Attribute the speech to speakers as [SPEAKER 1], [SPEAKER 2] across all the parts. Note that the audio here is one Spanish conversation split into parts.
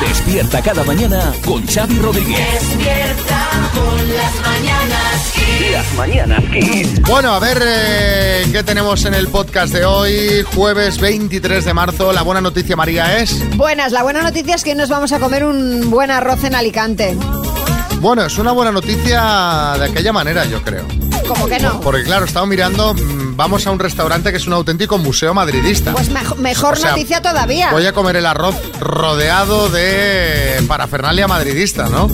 [SPEAKER 1] despierta cada mañana con Xavi Rodríguez.
[SPEAKER 2] Despierta con las mañanas Kiss.
[SPEAKER 1] Las mañanas Kiss.
[SPEAKER 3] Bueno, a ver eh, qué tenemos en el podcast de hoy, jueves 23 de marzo. La buena noticia, María, es...
[SPEAKER 4] Buenas, la buena noticia es que nos vamos a comer un buen arroz en Alicante.
[SPEAKER 3] Bueno, es una buena noticia de aquella manera, yo creo.
[SPEAKER 4] Como que no.
[SPEAKER 3] Porque claro, estaba mirando, mm, vamos a un restaurante que es un auténtico museo madridista.
[SPEAKER 4] Pues mejo- mejor
[SPEAKER 3] O sea,
[SPEAKER 4] noticia todavía.
[SPEAKER 3] Voy a comer el arroz rodeado de parafernalia madridista, ¿no?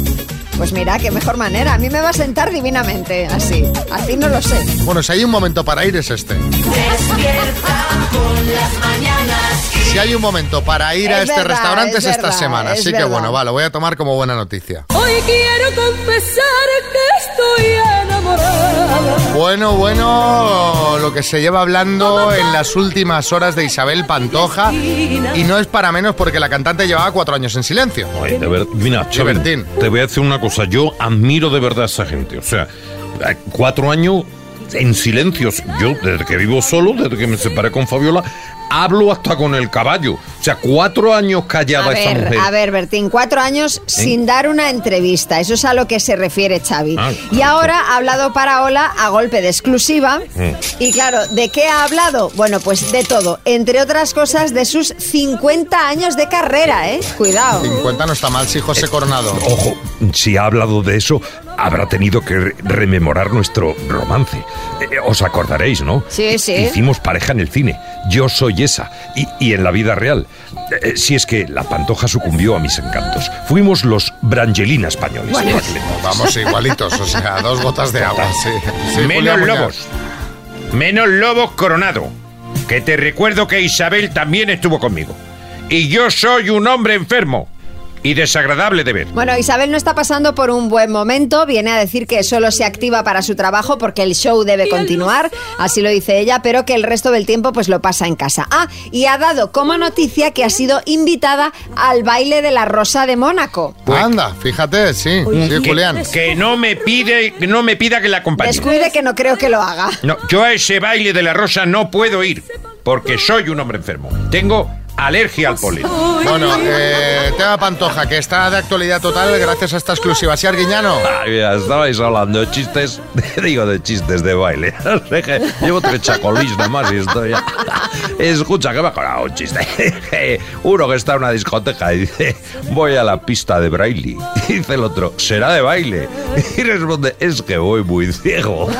[SPEAKER 4] Pues mira, qué mejor manera. A mí me va a sentar divinamente, así. A ti no lo sé.
[SPEAKER 3] Bueno, si hay un momento para ir es este.
[SPEAKER 2] Despierta con las mañanas Kiss.
[SPEAKER 3] Si hay un momento para ir a
[SPEAKER 4] Es
[SPEAKER 3] este
[SPEAKER 4] verdad,
[SPEAKER 3] restaurante es,
[SPEAKER 4] es
[SPEAKER 3] esta
[SPEAKER 4] verdad,
[SPEAKER 3] semana.
[SPEAKER 4] es
[SPEAKER 3] Así que
[SPEAKER 4] verdad.
[SPEAKER 3] bueno, va, lo voy a tomar como buena noticia.
[SPEAKER 5] Hoy quiero confesar que estoy enamorada.
[SPEAKER 3] Bueno, bueno, lo que se lleva hablando en las últimas horas de Isabel Pantoja. Y no es para menos porque la cantante llevaba cuatro años en silencio.
[SPEAKER 6] Ay, de ver- mira, Xavi,
[SPEAKER 3] Divertín.
[SPEAKER 6] te voy a decir una cosa. Yo admiro de verdad a esa gente. O sea, eh, cuatro años en silencios. Yo, desde que vivo solo, desde que me separé con Fabiola, hablo hasta con el caballo. O sea, cuatro años callada
[SPEAKER 4] A
[SPEAKER 6] esa
[SPEAKER 4] ver,
[SPEAKER 6] mujer.
[SPEAKER 4] a ver, Bertín, cuatro años sin dar una entrevista. Eso es a lo que se refiere Xavi.
[SPEAKER 6] Ah,
[SPEAKER 4] y
[SPEAKER 6] claro.
[SPEAKER 4] ahora ha hablado para Ola a golpe de exclusiva.
[SPEAKER 6] Mm.
[SPEAKER 4] Y claro, ¿de qué ha hablado? Bueno, pues de todo. Entre otras cosas, de sus 50 años de carrera, ¿eh? Cuidado.
[SPEAKER 3] 50 no está mal, si José Coronado.
[SPEAKER 6] Ojo, si ha hablado de eso, habrá tenido que re- rememorar nuestro romance. Eh, os acordaréis, ¿no?
[SPEAKER 4] Sí, sí.
[SPEAKER 6] Hicimos pareja en el cine. Yo soy esa. Y, y en la vida real. Eh, eh, si es que la pantoja sucumbió a mis encantos. Fuimos los Brangelina españoles.
[SPEAKER 3] Vamos igualitos, o sea, dos gotas de agua, sí. Sí, Julia
[SPEAKER 6] Menos
[SPEAKER 3] Muñoz.
[SPEAKER 6] lobos. Menos lobos coronado. Que te recuerdo que Isabel también estuvo conmigo. Y yo soy un hombre enfermo y desagradable de ver.
[SPEAKER 4] Bueno, Isabel no está pasando por un buen momento. Viene a decir que solo se activa para su trabajo porque el show debe continuar, así lo dice ella, pero que el resto del tiempo pues lo pasa en casa. Ah, y ha dado como noticia que ha sido invitada al baile de la Rosa de Mónaco.
[SPEAKER 3] Pues Anda, fíjate, sí, sí, Julián.
[SPEAKER 6] Que no me pide, que no me pida que la acompañe.
[SPEAKER 4] Descuide que no creo que lo haga.
[SPEAKER 6] No, yo a ese baile de la rosa no puedo ir, porque soy un hombre enfermo. Tengo alergia al polen.
[SPEAKER 3] Bueno, eh, tema Pantoja, que está de actualidad total gracias a esta exclusiva. Sí, Arguiñano.
[SPEAKER 6] estabais hablando de chistes, digo de chistes de baile. Llevo tres chacolís nomás y estoy ya. Escucha, que me ha colado un chiste. Uno que está en una discoteca y dice, voy a la pista de braille. Y dice el otro, será de baile. Y responde, es que voy muy ciego.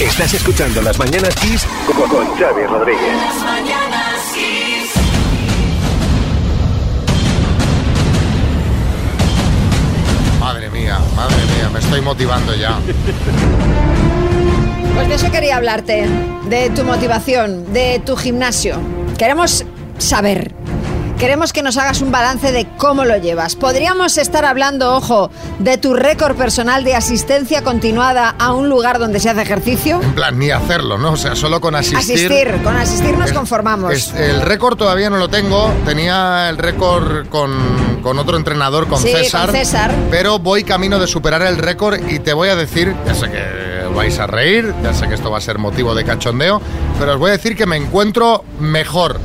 [SPEAKER 1] Estás escuchando Las mañanas Kiss con, con Xavi Rodríguez.
[SPEAKER 2] Las mañanas Kiss.
[SPEAKER 3] Madre mía, madre mía, me estoy motivando ya.
[SPEAKER 4] Pues de eso quería hablarte, de tu motivación, de tu gimnasio. Queremos saber. Queremos que nos hagas un balance de cómo lo llevas. Podríamos estar hablando, ojo, de tu récord personal de asistencia continuada a un lugar donde se hace ejercicio.
[SPEAKER 3] En plan, ni hacerlo, ¿no? O sea, solo con asistir.
[SPEAKER 4] Asistir, con asistir nos
[SPEAKER 3] Es-
[SPEAKER 4] conformamos.
[SPEAKER 3] es- el récord todavía no lo tengo. Tenía el récord con, con otro entrenador, con,
[SPEAKER 4] Sí, con
[SPEAKER 3] César,
[SPEAKER 4] César.
[SPEAKER 3] Pero voy camino de superar el récord y te voy a decir, ya sé que vais a reír, ya sé que esto va a ser motivo de cachondeo, pero os voy a decir que me encuentro mejor.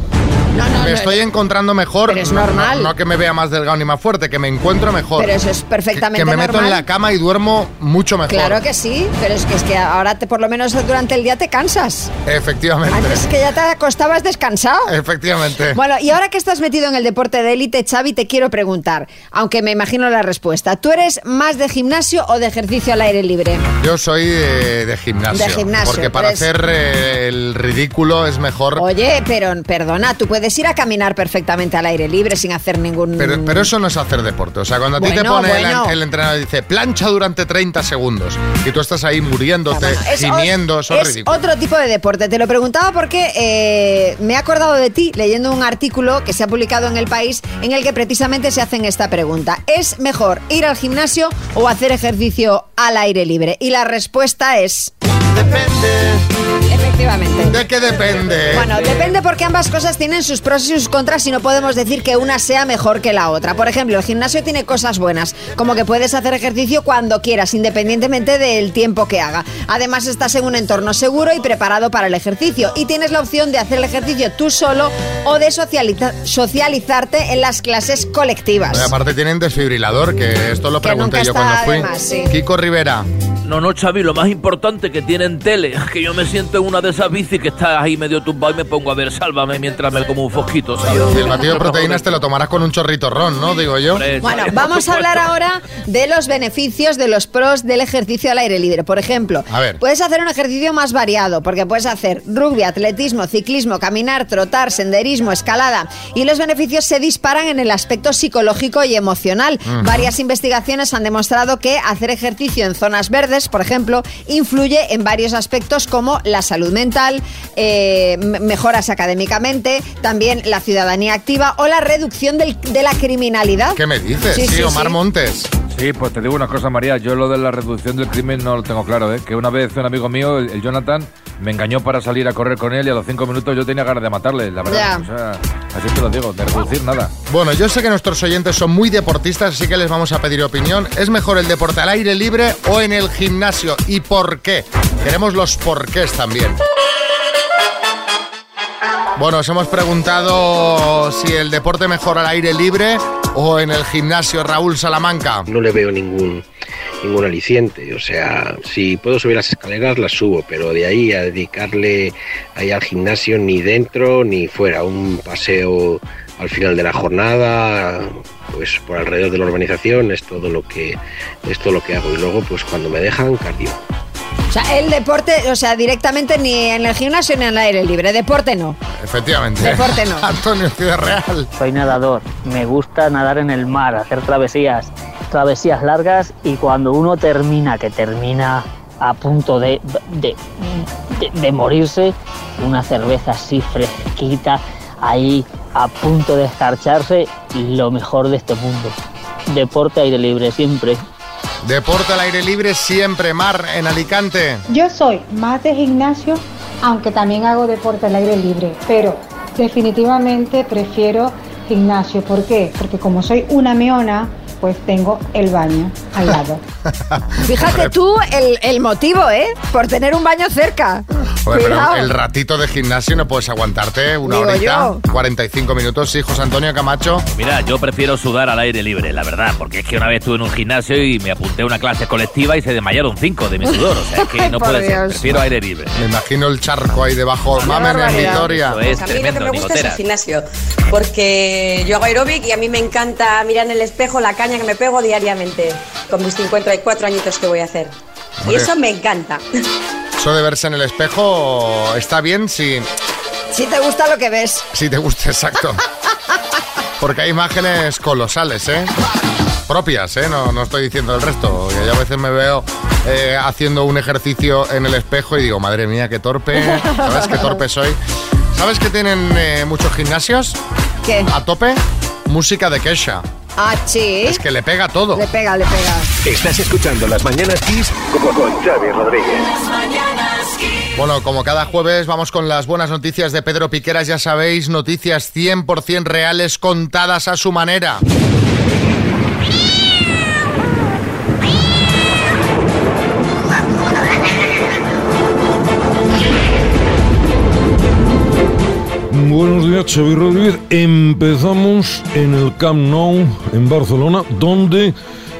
[SPEAKER 4] No, no,
[SPEAKER 3] me
[SPEAKER 4] no,
[SPEAKER 3] estoy encontrando mejor.
[SPEAKER 4] Pero es
[SPEAKER 3] No- no-
[SPEAKER 4] normal.
[SPEAKER 3] No, que me vea más delgado ni más fuerte, que me encuentro mejor.
[SPEAKER 4] Pero eso es perfectamente
[SPEAKER 3] Que, que me meto en
[SPEAKER 4] normal.
[SPEAKER 3] la cama y duermo mucho mejor.
[SPEAKER 4] Claro que sí, pero es que, es que ahora te- por lo menos durante el día te cansas.
[SPEAKER 3] Efectivamente.
[SPEAKER 4] Antes que ya te acostabas descansado.
[SPEAKER 3] Efectivamente.
[SPEAKER 4] Bueno, y ahora que estás metido en el deporte de élite, Xavi, te quiero preguntar, aunque me imagino la respuesta. ¿Tú eres más de gimnasio o de ejercicio al aire libre?
[SPEAKER 3] Yo soy de, de gimnasio.
[SPEAKER 4] De gimnasio,
[SPEAKER 3] Porque para
[SPEAKER 4] pues-
[SPEAKER 3] hacer eh, el ridículo es mejor.
[SPEAKER 4] Oye, pero perdona, tú puedes ir a caminar perfectamente al aire libre sin hacer ningún...
[SPEAKER 3] Pero, pero eso no es hacer deporte. O sea, cuando a ti te
[SPEAKER 4] Bueno,
[SPEAKER 3] pone el-
[SPEAKER 4] bueno.
[SPEAKER 3] el, entrenador y dice plancha durante 30 segundos y tú estás ahí
[SPEAKER 4] Ah,
[SPEAKER 3] muriéndote,
[SPEAKER 4] bueno, es o-
[SPEAKER 3] gimiendo, eso es
[SPEAKER 4] es
[SPEAKER 3] ridículo.
[SPEAKER 4] otro tipo de deporte. Te lo preguntaba porque eh, me he acordado de ti leyendo un artículo que se ha publicado en El País en el que precisamente se hacen esta pregunta. ¿Es mejor ir al gimnasio o hacer ejercicio al aire libre? Y la respuesta es...
[SPEAKER 7] Depende,
[SPEAKER 4] Efectivamente.
[SPEAKER 3] ¿De qué depende?
[SPEAKER 4] Bueno, depende porque ambas cosas tienen sus pros y sus contras y no podemos decir que una sea mejor que la otra. Por ejemplo, el gimnasio tiene cosas buenas, como que puedes hacer ejercicio cuando quieras, independientemente del tiempo que haga. Además, estás en un entorno seguro y preparado para el ejercicio y tienes la opción de hacer el ejercicio tú solo o de socializa- socializarte en las clases colectivas.
[SPEAKER 3] Oye, aparte tienen desfibrilador, que esto lo
[SPEAKER 4] Que
[SPEAKER 3] pregunté
[SPEAKER 4] nunca
[SPEAKER 3] yo
[SPEAKER 4] está
[SPEAKER 3] cuando
[SPEAKER 4] de
[SPEAKER 3] fui.
[SPEAKER 4] más, sí.
[SPEAKER 3] Kiko Rivera.
[SPEAKER 7] No, no, Xavi, lo más importante que tienen tele es que yo me siento en una de esas bicis que está ahí medio tumbado y me pongo a ver Sálvame mientras me como un fosquito, ¿sabes?
[SPEAKER 3] Y el batido de proteínas te lo tomarás con un chorrito ron, ¿no? Digo yo.
[SPEAKER 7] Hombre,
[SPEAKER 4] Bueno,
[SPEAKER 7] Xavi, por
[SPEAKER 4] vamos a hablar
[SPEAKER 7] supuesto.
[SPEAKER 4] ahora de los beneficios, de los pros del ejercicio al aire libre. Por ejemplo,
[SPEAKER 3] A ver.
[SPEAKER 4] puedes hacer un ejercicio más variado, porque puedes hacer rugby, atletismo, ciclismo, caminar, trotar, senderismo, escalada. Y los beneficios se disparan en el aspecto psicológico y emocional. Varias investigaciones han demostrado que hacer ejercicio en zonas verdes, por ejemplo, influye en varios aspectos como la salud mental, eh, m- mejoras académicamente, también la ciudadanía activa o la reducción del- de la criminalidad.
[SPEAKER 3] ¿Qué me dices?
[SPEAKER 4] Sí,
[SPEAKER 3] Sí,
[SPEAKER 4] sí,
[SPEAKER 3] Omar
[SPEAKER 4] sí.
[SPEAKER 3] Montes.
[SPEAKER 8] Sí, pues te digo una cosa, María. Yo lo de la reducción del crimen no lo tengo claro, ¿eh? Que una vez un amigo mío, el el Jonathan, me engañó para salir a correr con él y a los cinco minutos yo tenía ganas de matarle, la verdad.
[SPEAKER 4] Ya.
[SPEAKER 8] O sea, así te lo digo, de reducir nada.
[SPEAKER 3] Bueno, yo sé que nuestros oyentes son muy deportistas, así que les vamos a pedir opinión. ¿Es mejor el deporte al aire libre o en el gimnasio? ¿Y por qué? Queremos los porqués también. Bueno, os hemos preguntado si el deporte mejor al aire libre o en el gimnasio Raúl Salamanca.
[SPEAKER 9] No le veo ningún, ningún aliciente. O sea, si puedo subir las escaleras, las subo, pero de ahí a dedicarle ahí al gimnasio ni dentro ni fuera. Un paseo al final de la jornada, pues por alrededor de la urbanización, es todo lo que, es todo lo que hago. Y luego, pues cuando me dejan, cardio.
[SPEAKER 4] O sea, el deporte, o sea, directamente ni en el gimnasio ni en el aire libre. Deporte no.
[SPEAKER 3] Efectivamente.
[SPEAKER 4] Deporte no.
[SPEAKER 3] Antonio Ciudad Real.
[SPEAKER 10] Soy nadador, me gusta nadar en el mar, hacer travesías, travesías largas y cuando uno termina, que termina a punto de, de, de- de morirse, una cerveza así fresquita, ahí a punto de escarcharse, lo mejor de este mundo. Deporte aire libre siempre.
[SPEAKER 3] Deporte al aire libre siempre, Mar, en Alicante.
[SPEAKER 1] Yo soy más de gimnasio, aunque también hago deporte al aire libre, pero definitivamente prefiero gimnasio. ¿Por qué? Porque como soy una meona, pues tengo el baño al lado.
[SPEAKER 4] Fíjate tú el, el motivo, ¿eh? Por tener un baño cerca.
[SPEAKER 3] Joder, pero
[SPEAKER 4] Cuidado.
[SPEAKER 3] el ratito de gimnasio no puedes aguantarte una
[SPEAKER 4] Digo
[SPEAKER 3] horita,
[SPEAKER 4] yo.
[SPEAKER 3] 45 minutos, sí, José Antonio Camacho.
[SPEAKER 7] Mira, yo prefiero sudar al aire libre, la verdad, porque es que una vez estuve en un gimnasio y me apunté a una clase colectiva y se desmayaron cinco de mi sudor. O sea, es que no
[SPEAKER 4] Por
[SPEAKER 7] puede ser.
[SPEAKER 4] Dios.
[SPEAKER 7] Prefiero aire libre.
[SPEAKER 3] Me imagino el charco ahí debajo. Mamen en
[SPEAKER 4] barbaridad.
[SPEAKER 3] Vitoria.
[SPEAKER 7] Eso es
[SPEAKER 11] Pues a mí lo que
[SPEAKER 7] tremendo,
[SPEAKER 11] me gusta es el
[SPEAKER 7] Nicotera.
[SPEAKER 11] gimnasio, porque yo hago aeróbic y a mí me encanta mirar en el espejo la caña que me pego diariamente, con mis 54 añitos que voy a hacer. Y
[SPEAKER 3] Hombre.
[SPEAKER 11] eso me encanta.
[SPEAKER 3] Eso de verse en el espejo está bien si,
[SPEAKER 4] Si te gusta lo que ves.
[SPEAKER 3] si te gusta, exacto. Porque hay imágenes colosales, ¿eh? Propias, ¿eh? No, no estoy diciendo el resto. Yo a veces me veo eh, haciendo un ejercicio en el espejo y digo, madre mía, qué torpe. ¿Sabes qué torpe soy? ¿Sabes que tienen eh, muchos gimnasios?
[SPEAKER 4] ¿Qué?
[SPEAKER 3] A tope, música de Kesha.
[SPEAKER 4] Ah, sí.
[SPEAKER 3] Es que le pega todo.
[SPEAKER 4] Le pega, le pega.
[SPEAKER 9] Estás escuchando Las Mañanas Kiss con, con Xavi Rodríguez.
[SPEAKER 2] Las mañanas Kiss.
[SPEAKER 3] Bueno, como cada jueves vamos con las buenas noticias de Pedro Piqueras, ya sabéis, noticias 100% reales contadas a su manera.
[SPEAKER 12] Buenos días, Xavi Rodríguez. Empezamos en el Camp Nou, en Barcelona, donde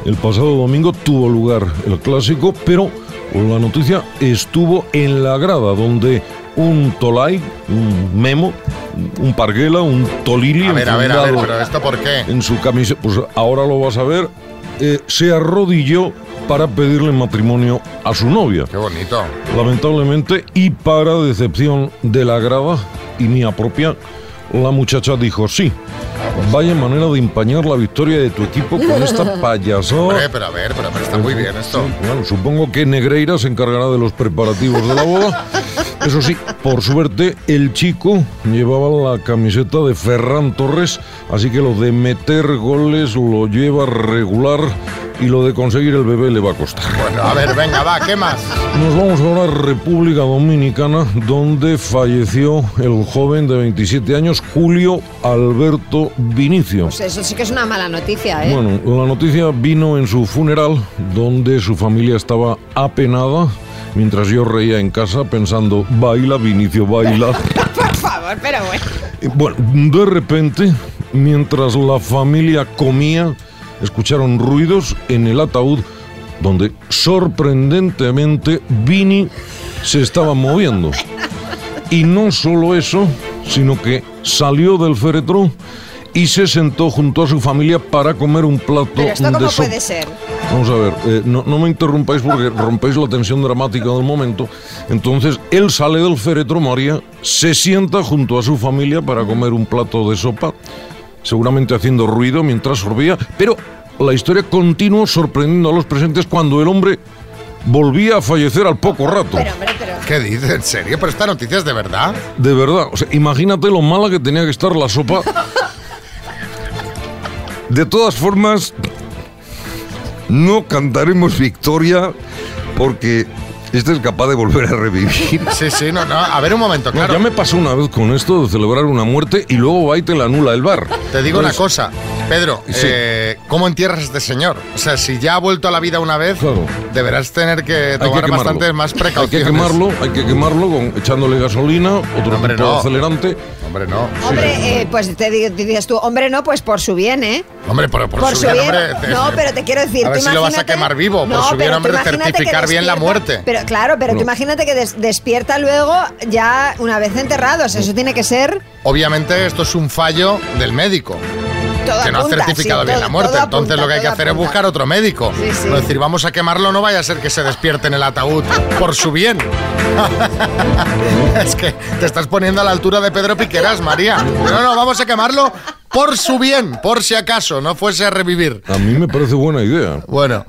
[SPEAKER 12] el pasado domingo tuvo lugar el clásico, pero la noticia estuvo en la grada, donde un Tolai, un Memo, un Parguela, un Tolili,
[SPEAKER 3] A ver, a ver, a ver,
[SPEAKER 12] enfundado
[SPEAKER 3] pero ¿esto por qué?
[SPEAKER 12] en su camiseta, pues ahora lo vas a ver, eh, se arrodilló para pedirle matrimonio a su novia
[SPEAKER 3] Qué bonito.
[SPEAKER 12] lamentablemente, y para decepción de la grada y mía propia, la muchacha dijo sí. Vaya manera de empañar la victoria de tu equipo con esta
[SPEAKER 3] Hombre,
[SPEAKER 12] payasada.
[SPEAKER 3] pero a ver, pero, pero está muy bien esto.
[SPEAKER 12] Bueno, supongo que Negreira se encargará de los preparativos de la boda. Eso sí, por suerte, el chico llevaba la camiseta de Ferran Torres, así que lo de meter goles lo lleva regular y lo de conseguir el bebé le va a costar.
[SPEAKER 3] Bueno, a ver, venga, va, ¿qué más?
[SPEAKER 12] Nos vamos ahora a República Dominicana, donde falleció el joven de 27 años, Julio Alberto Vinicio.
[SPEAKER 4] Pues eso sí que es una mala noticia, ¿eh?
[SPEAKER 12] Bueno, la noticia vino en su funeral, donde su familia estaba apenada, mientras yo reía en casa pensando, baila Vinicio, baila.
[SPEAKER 4] Por favor, pero bueno.
[SPEAKER 12] Y Eh, Bueno, de repente, mientras la familia comía, escucharon ruidos en el ataúd donde sorprendentemente Vini se estaba moviendo. Y no solo eso, sino que salió del féretro y se sentó junto a su familia para comer un plato
[SPEAKER 4] Pero esto cómo
[SPEAKER 12] de sopa.
[SPEAKER 4] puede ser.
[SPEAKER 12] Vamos a ver, eh, no, no me interrumpáis porque rompéis la tensión dramática del momento. Entonces, él sale del féretro, María, se sienta junto a su familia para comer un plato de sopa, seguramente haciendo ruido mientras sorbía, pero la historia continuó sorprendiendo a los presentes cuando el hombre volvía a fallecer al poco rato.
[SPEAKER 3] ¿Qué dices? ¿En serio? ¿Pero esta noticia es de verdad?
[SPEAKER 12] De verdad, o sea, imagínate lo mala que tenía que estar la sopa. De todas formas, no cantaremos victoria porque este es capaz de volver a revivir.
[SPEAKER 3] Sí, sí, no, no. A ver un momento, claro.
[SPEAKER 12] ya me pasó una vez con esto de celebrar una muerte y luego va y te la anula el bar.
[SPEAKER 3] Te digo una
[SPEAKER 12] Entonces,
[SPEAKER 3] cosa, Pedro,
[SPEAKER 12] Pues- Sí.
[SPEAKER 3] eh, ¿cómo entierras a este señor? O sea, si ya ha vuelto a la vida una vez, deberás tener que
[SPEAKER 12] hay que
[SPEAKER 3] tomar
[SPEAKER 12] quemarlo.
[SPEAKER 3] bastantes más
[SPEAKER 12] Hay
[SPEAKER 3] precauciones.
[SPEAKER 12] que quemarlo, hay que quemarlo con, echándole gasolina, otro
[SPEAKER 3] Hombre,
[SPEAKER 12] tipo de
[SPEAKER 3] no.
[SPEAKER 12] acelerante.
[SPEAKER 3] Hombre, no.
[SPEAKER 4] Hombre, eh, pues te digo- dirías tú, hombre, no, pues por su bien, ¿eh?
[SPEAKER 3] Hombre, pero por, su bien, hombre, te-
[SPEAKER 4] no, pero te quiero decir.
[SPEAKER 3] A ver
[SPEAKER 4] tú
[SPEAKER 3] si lo vas a
[SPEAKER 4] imagínate-
[SPEAKER 3] quemar vivo. Por
[SPEAKER 4] No,
[SPEAKER 3] su bien,
[SPEAKER 4] pero tú
[SPEAKER 3] hombre,
[SPEAKER 4] imagínate que
[SPEAKER 3] certificar bien la
[SPEAKER 4] despierta-
[SPEAKER 3] muerte.
[SPEAKER 4] Pero claro, pero
[SPEAKER 3] No.
[SPEAKER 4] tú imagínate que des- despierta luego ya una vez enterrados.
[SPEAKER 3] Mm.
[SPEAKER 4] Eso tiene que ser
[SPEAKER 3] Obviamente, esto es un fallo del médico.
[SPEAKER 4] todo
[SPEAKER 3] que no ha
[SPEAKER 4] apunta,
[SPEAKER 3] certificado
[SPEAKER 4] sí,
[SPEAKER 3] bien
[SPEAKER 4] todo-
[SPEAKER 3] la muerte.
[SPEAKER 4] todo
[SPEAKER 3] Entonces
[SPEAKER 4] apunta,
[SPEAKER 3] lo que hay que
[SPEAKER 4] todo
[SPEAKER 3] hacer es
[SPEAKER 4] apunta.
[SPEAKER 3] buscar otro médico.
[SPEAKER 4] Sí, sí.
[SPEAKER 3] No decir, vamos a quemarlo, no vaya a ser que se despierte en el ataúd por su bien. es que te estás poniendo a la altura de Pedro Piqueras, María. No, no, vamos a quemarlo por su bien, por si acaso no fuese a revivir.
[SPEAKER 12] A mí me parece buena idea.
[SPEAKER 3] Bueno.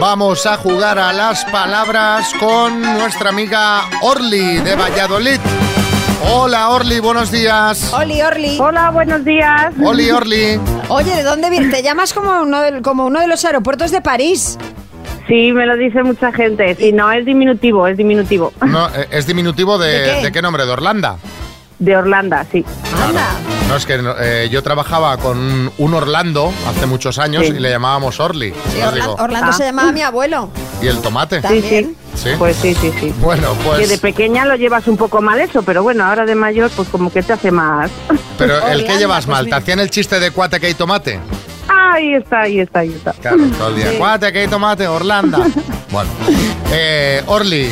[SPEAKER 3] Vamos a jugar a las palabras con nuestra amiga Orly de Valladolid. Hola Orly, buenos días.
[SPEAKER 4] Oli, Orly. Hola, buenos días.
[SPEAKER 3] Oli, Orly.
[SPEAKER 4] Oye, ¿de dónde vienes? Te llamas como uno, del- como uno de los aeropuertos de París.
[SPEAKER 13] Sí, me lo dice mucha gente. Sí, no, es diminutivo, es diminutivo.
[SPEAKER 3] No, eh, es diminutivo de,
[SPEAKER 13] ¿De qué?
[SPEAKER 3] ¿de qué nombre? ¿De Orlando?
[SPEAKER 13] De Orlando, sí.
[SPEAKER 3] No, es que no, eh, yo trabajaba con un Orlando hace muchos años y le llamábamos Orly. Yo
[SPEAKER 4] Orla-
[SPEAKER 3] digo,
[SPEAKER 4] Orlando se llamaba mi abuelo.
[SPEAKER 3] ¿Y el tomate?
[SPEAKER 4] Ah. Sí, sí.
[SPEAKER 13] Pues sí, sí, sí.
[SPEAKER 3] Bueno,
[SPEAKER 13] Que de
[SPEAKER 3] pues...
[SPEAKER 13] pequeña lo llevas un poco mal eso, pero bueno, ahora de mayor, pues como que te hace más.
[SPEAKER 3] Pero el que llevas
[SPEAKER 13] pues
[SPEAKER 3] mal, ¿te hacían el chiste de cuate que hay tomate?
[SPEAKER 13] Ahí está, ahí está, ahí está.
[SPEAKER 3] Claro, todo el día.
[SPEAKER 13] Sí.
[SPEAKER 3] Cuate que hay tomate, Orlando. bueno, eh, Orly,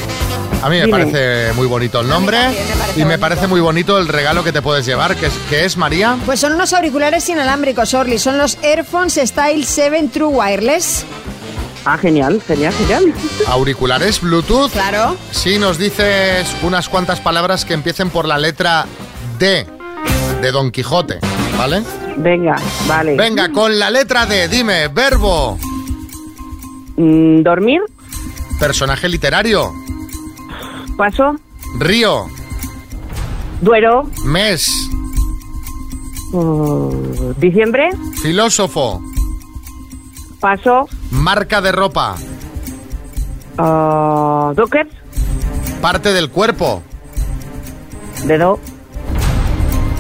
[SPEAKER 3] a mí me
[SPEAKER 13] Dime.
[SPEAKER 3] parece muy bonito el nombre y me parece muy bonito el regalo que te puedes llevar, que es, que es María.
[SPEAKER 4] Pues son unos auriculares inalámbricos, Orly. Son los Airphones Style 7 True Wireless.
[SPEAKER 13] Ah, genial, genial, genial.
[SPEAKER 3] Auriculares Bluetooth.
[SPEAKER 4] Claro.
[SPEAKER 3] Si nos dices unas cuantas palabras que empiecen por la letra D de Don Quijote, ¿vale?
[SPEAKER 13] Venga, vale.
[SPEAKER 3] Venga, con la letra D, dime, verbo.
[SPEAKER 13] Mm, Dormir.
[SPEAKER 3] Personaje literario.
[SPEAKER 13] Paso.
[SPEAKER 3] Río.
[SPEAKER 13] Duero.
[SPEAKER 3] Mes.
[SPEAKER 13] mm, Diciembre.
[SPEAKER 3] Filósofo.
[SPEAKER 13] Paso.
[SPEAKER 3] Marca de ropa.
[SPEAKER 13] Ah, Docker.
[SPEAKER 3] Parte del cuerpo.
[SPEAKER 13] Dedo.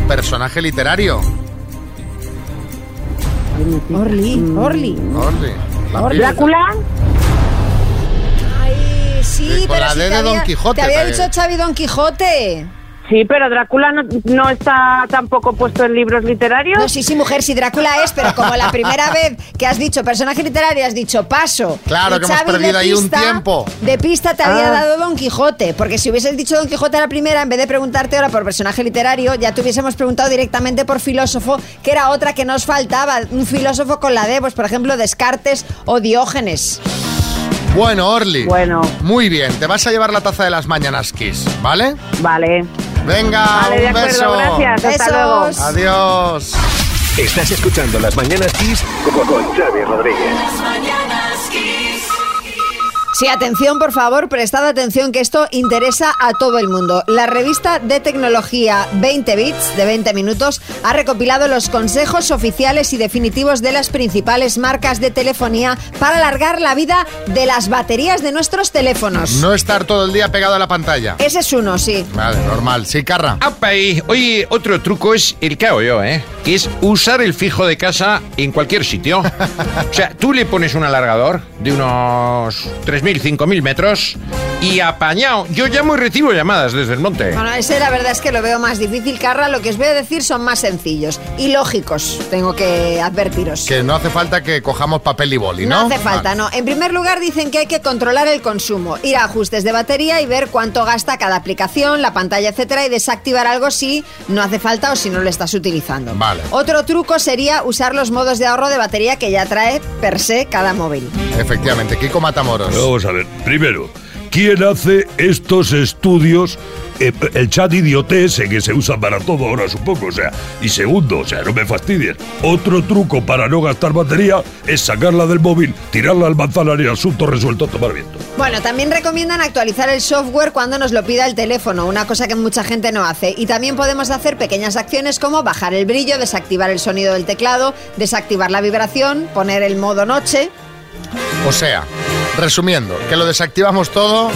[SPEAKER 3] Personaje literario.
[SPEAKER 4] Orly, Orly.
[SPEAKER 3] Orly. La
[SPEAKER 4] Orly.
[SPEAKER 3] pila.
[SPEAKER 13] Drácula.
[SPEAKER 4] Ay, sí,
[SPEAKER 13] Sí, con
[SPEAKER 4] pero
[SPEAKER 13] la
[SPEAKER 4] si
[SPEAKER 13] D
[SPEAKER 4] te
[SPEAKER 13] de Don
[SPEAKER 4] había-
[SPEAKER 13] Quijote,
[SPEAKER 4] Te había
[SPEAKER 13] también.
[SPEAKER 4] dicho Xavi Don Quijote.
[SPEAKER 13] Sí, pero Drácula no, no está tampoco puesto en libros literarios.
[SPEAKER 4] No, sí, sí, mujer, sí, Drácula es, pero como la primera vez que has dicho personaje literario, has dicho paso.
[SPEAKER 3] Claro,
[SPEAKER 4] Y
[SPEAKER 3] que hemos
[SPEAKER 4] Xavi de
[SPEAKER 3] perdido ahí un
[SPEAKER 4] pista-
[SPEAKER 3] tiempo.
[SPEAKER 4] De pista te había
[SPEAKER 3] Ah.
[SPEAKER 4] dado Don Quijote, porque si hubieses dicho Don Quijote a la primera, en vez de preguntarte ahora por personaje literario, ya te hubiésemos preguntado directamente por filósofo, que era otra que nos faltaba, un filósofo con la D, pues por ejemplo Descartes o Diógenes.
[SPEAKER 3] Bueno, Orly.
[SPEAKER 13] Bueno.
[SPEAKER 3] Muy bien, te vas a llevar la taza de las mañanas Kiss, ¿vale?
[SPEAKER 13] Vale.
[SPEAKER 3] Venga,
[SPEAKER 13] Vale, de
[SPEAKER 3] un
[SPEAKER 13] acuerdo,
[SPEAKER 3] beso.
[SPEAKER 13] gracias, hasta Besos. luego.
[SPEAKER 3] Adiós.
[SPEAKER 14] Estás escuchando Las Mañanas Kiss con, con Xavi Rodríguez.
[SPEAKER 2] Las mañanas Kiss.
[SPEAKER 4] Sí, atención, por favor, prestad atención que esto interesa a todo el mundo. La revista de tecnología 20 bits de 20 minutos ha recopilado los consejos oficiales y definitivos de las principales marcas de telefonía para alargar la vida de las baterías de nuestros teléfonos.
[SPEAKER 3] No estar todo el día pegado a la pantalla.
[SPEAKER 4] Ese es uno, sí.
[SPEAKER 3] Vale, normal. Sí, Carra.
[SPEAKER 6] ¡Apa! y, Oye, otro truco es el que hago yo, ¿eh? Que es usar el fijo de casa en cualquier sitio. O sea, tú le pones un alargador de unos 3.000, 5.000 metros y apañado. Yo llamo y recibo llamadas desde el monte.
[SPEAKER 4] Bueno, ese la verdad es que lo veo más difícil, Carla. Lo que os voy a decir son más sencillos y lógicos, tengo que advertiros.
[SPEAKER 3] Que no hace falta que cojamos papel y boli, ¿no?
[SPEAKER 4] No hace falta, no. En primer lugar, dicen que hay que controlar el consumo, ir a ajustes de batería y ver cuánto gasta cada aplicación, la pantalla, etcétera, y desactivar algo si no hace falta o si no lo estás utilizando.
[SPEAKER 3] Vale.
[SPEAKER 4] Otro truco sería usar los modos de ahorro de batería que ya trae per se cada móvil.
[SPEAKER 3] Efectivamente, Kiko Matamoros.
[SPEAKER 15] Vamos a ver, primero, ¿quién hace estos estudios? Eh, el chat idiote ese que se usa para todo ahora, supongo, o sea. Y segundo, o sea, no me fastidies. Otro truco para no gastar batería es sacarla del móvil, tirarla al manzanar y asunto resuelto, tomar viento.
[SPEAKER 4] Bueno, también recomiendan actualizar el software cuando nos lo pida el teléfono, una cosa que mucha gente no hace. Y también podemos hacer pequeñas acciones como bajar el brillo, desactivar el sonido del teclado, desactivar la vibración, poner el modo noche.
[SPEAKER 3] O sea, resumiendo, que lo desactivamos todo,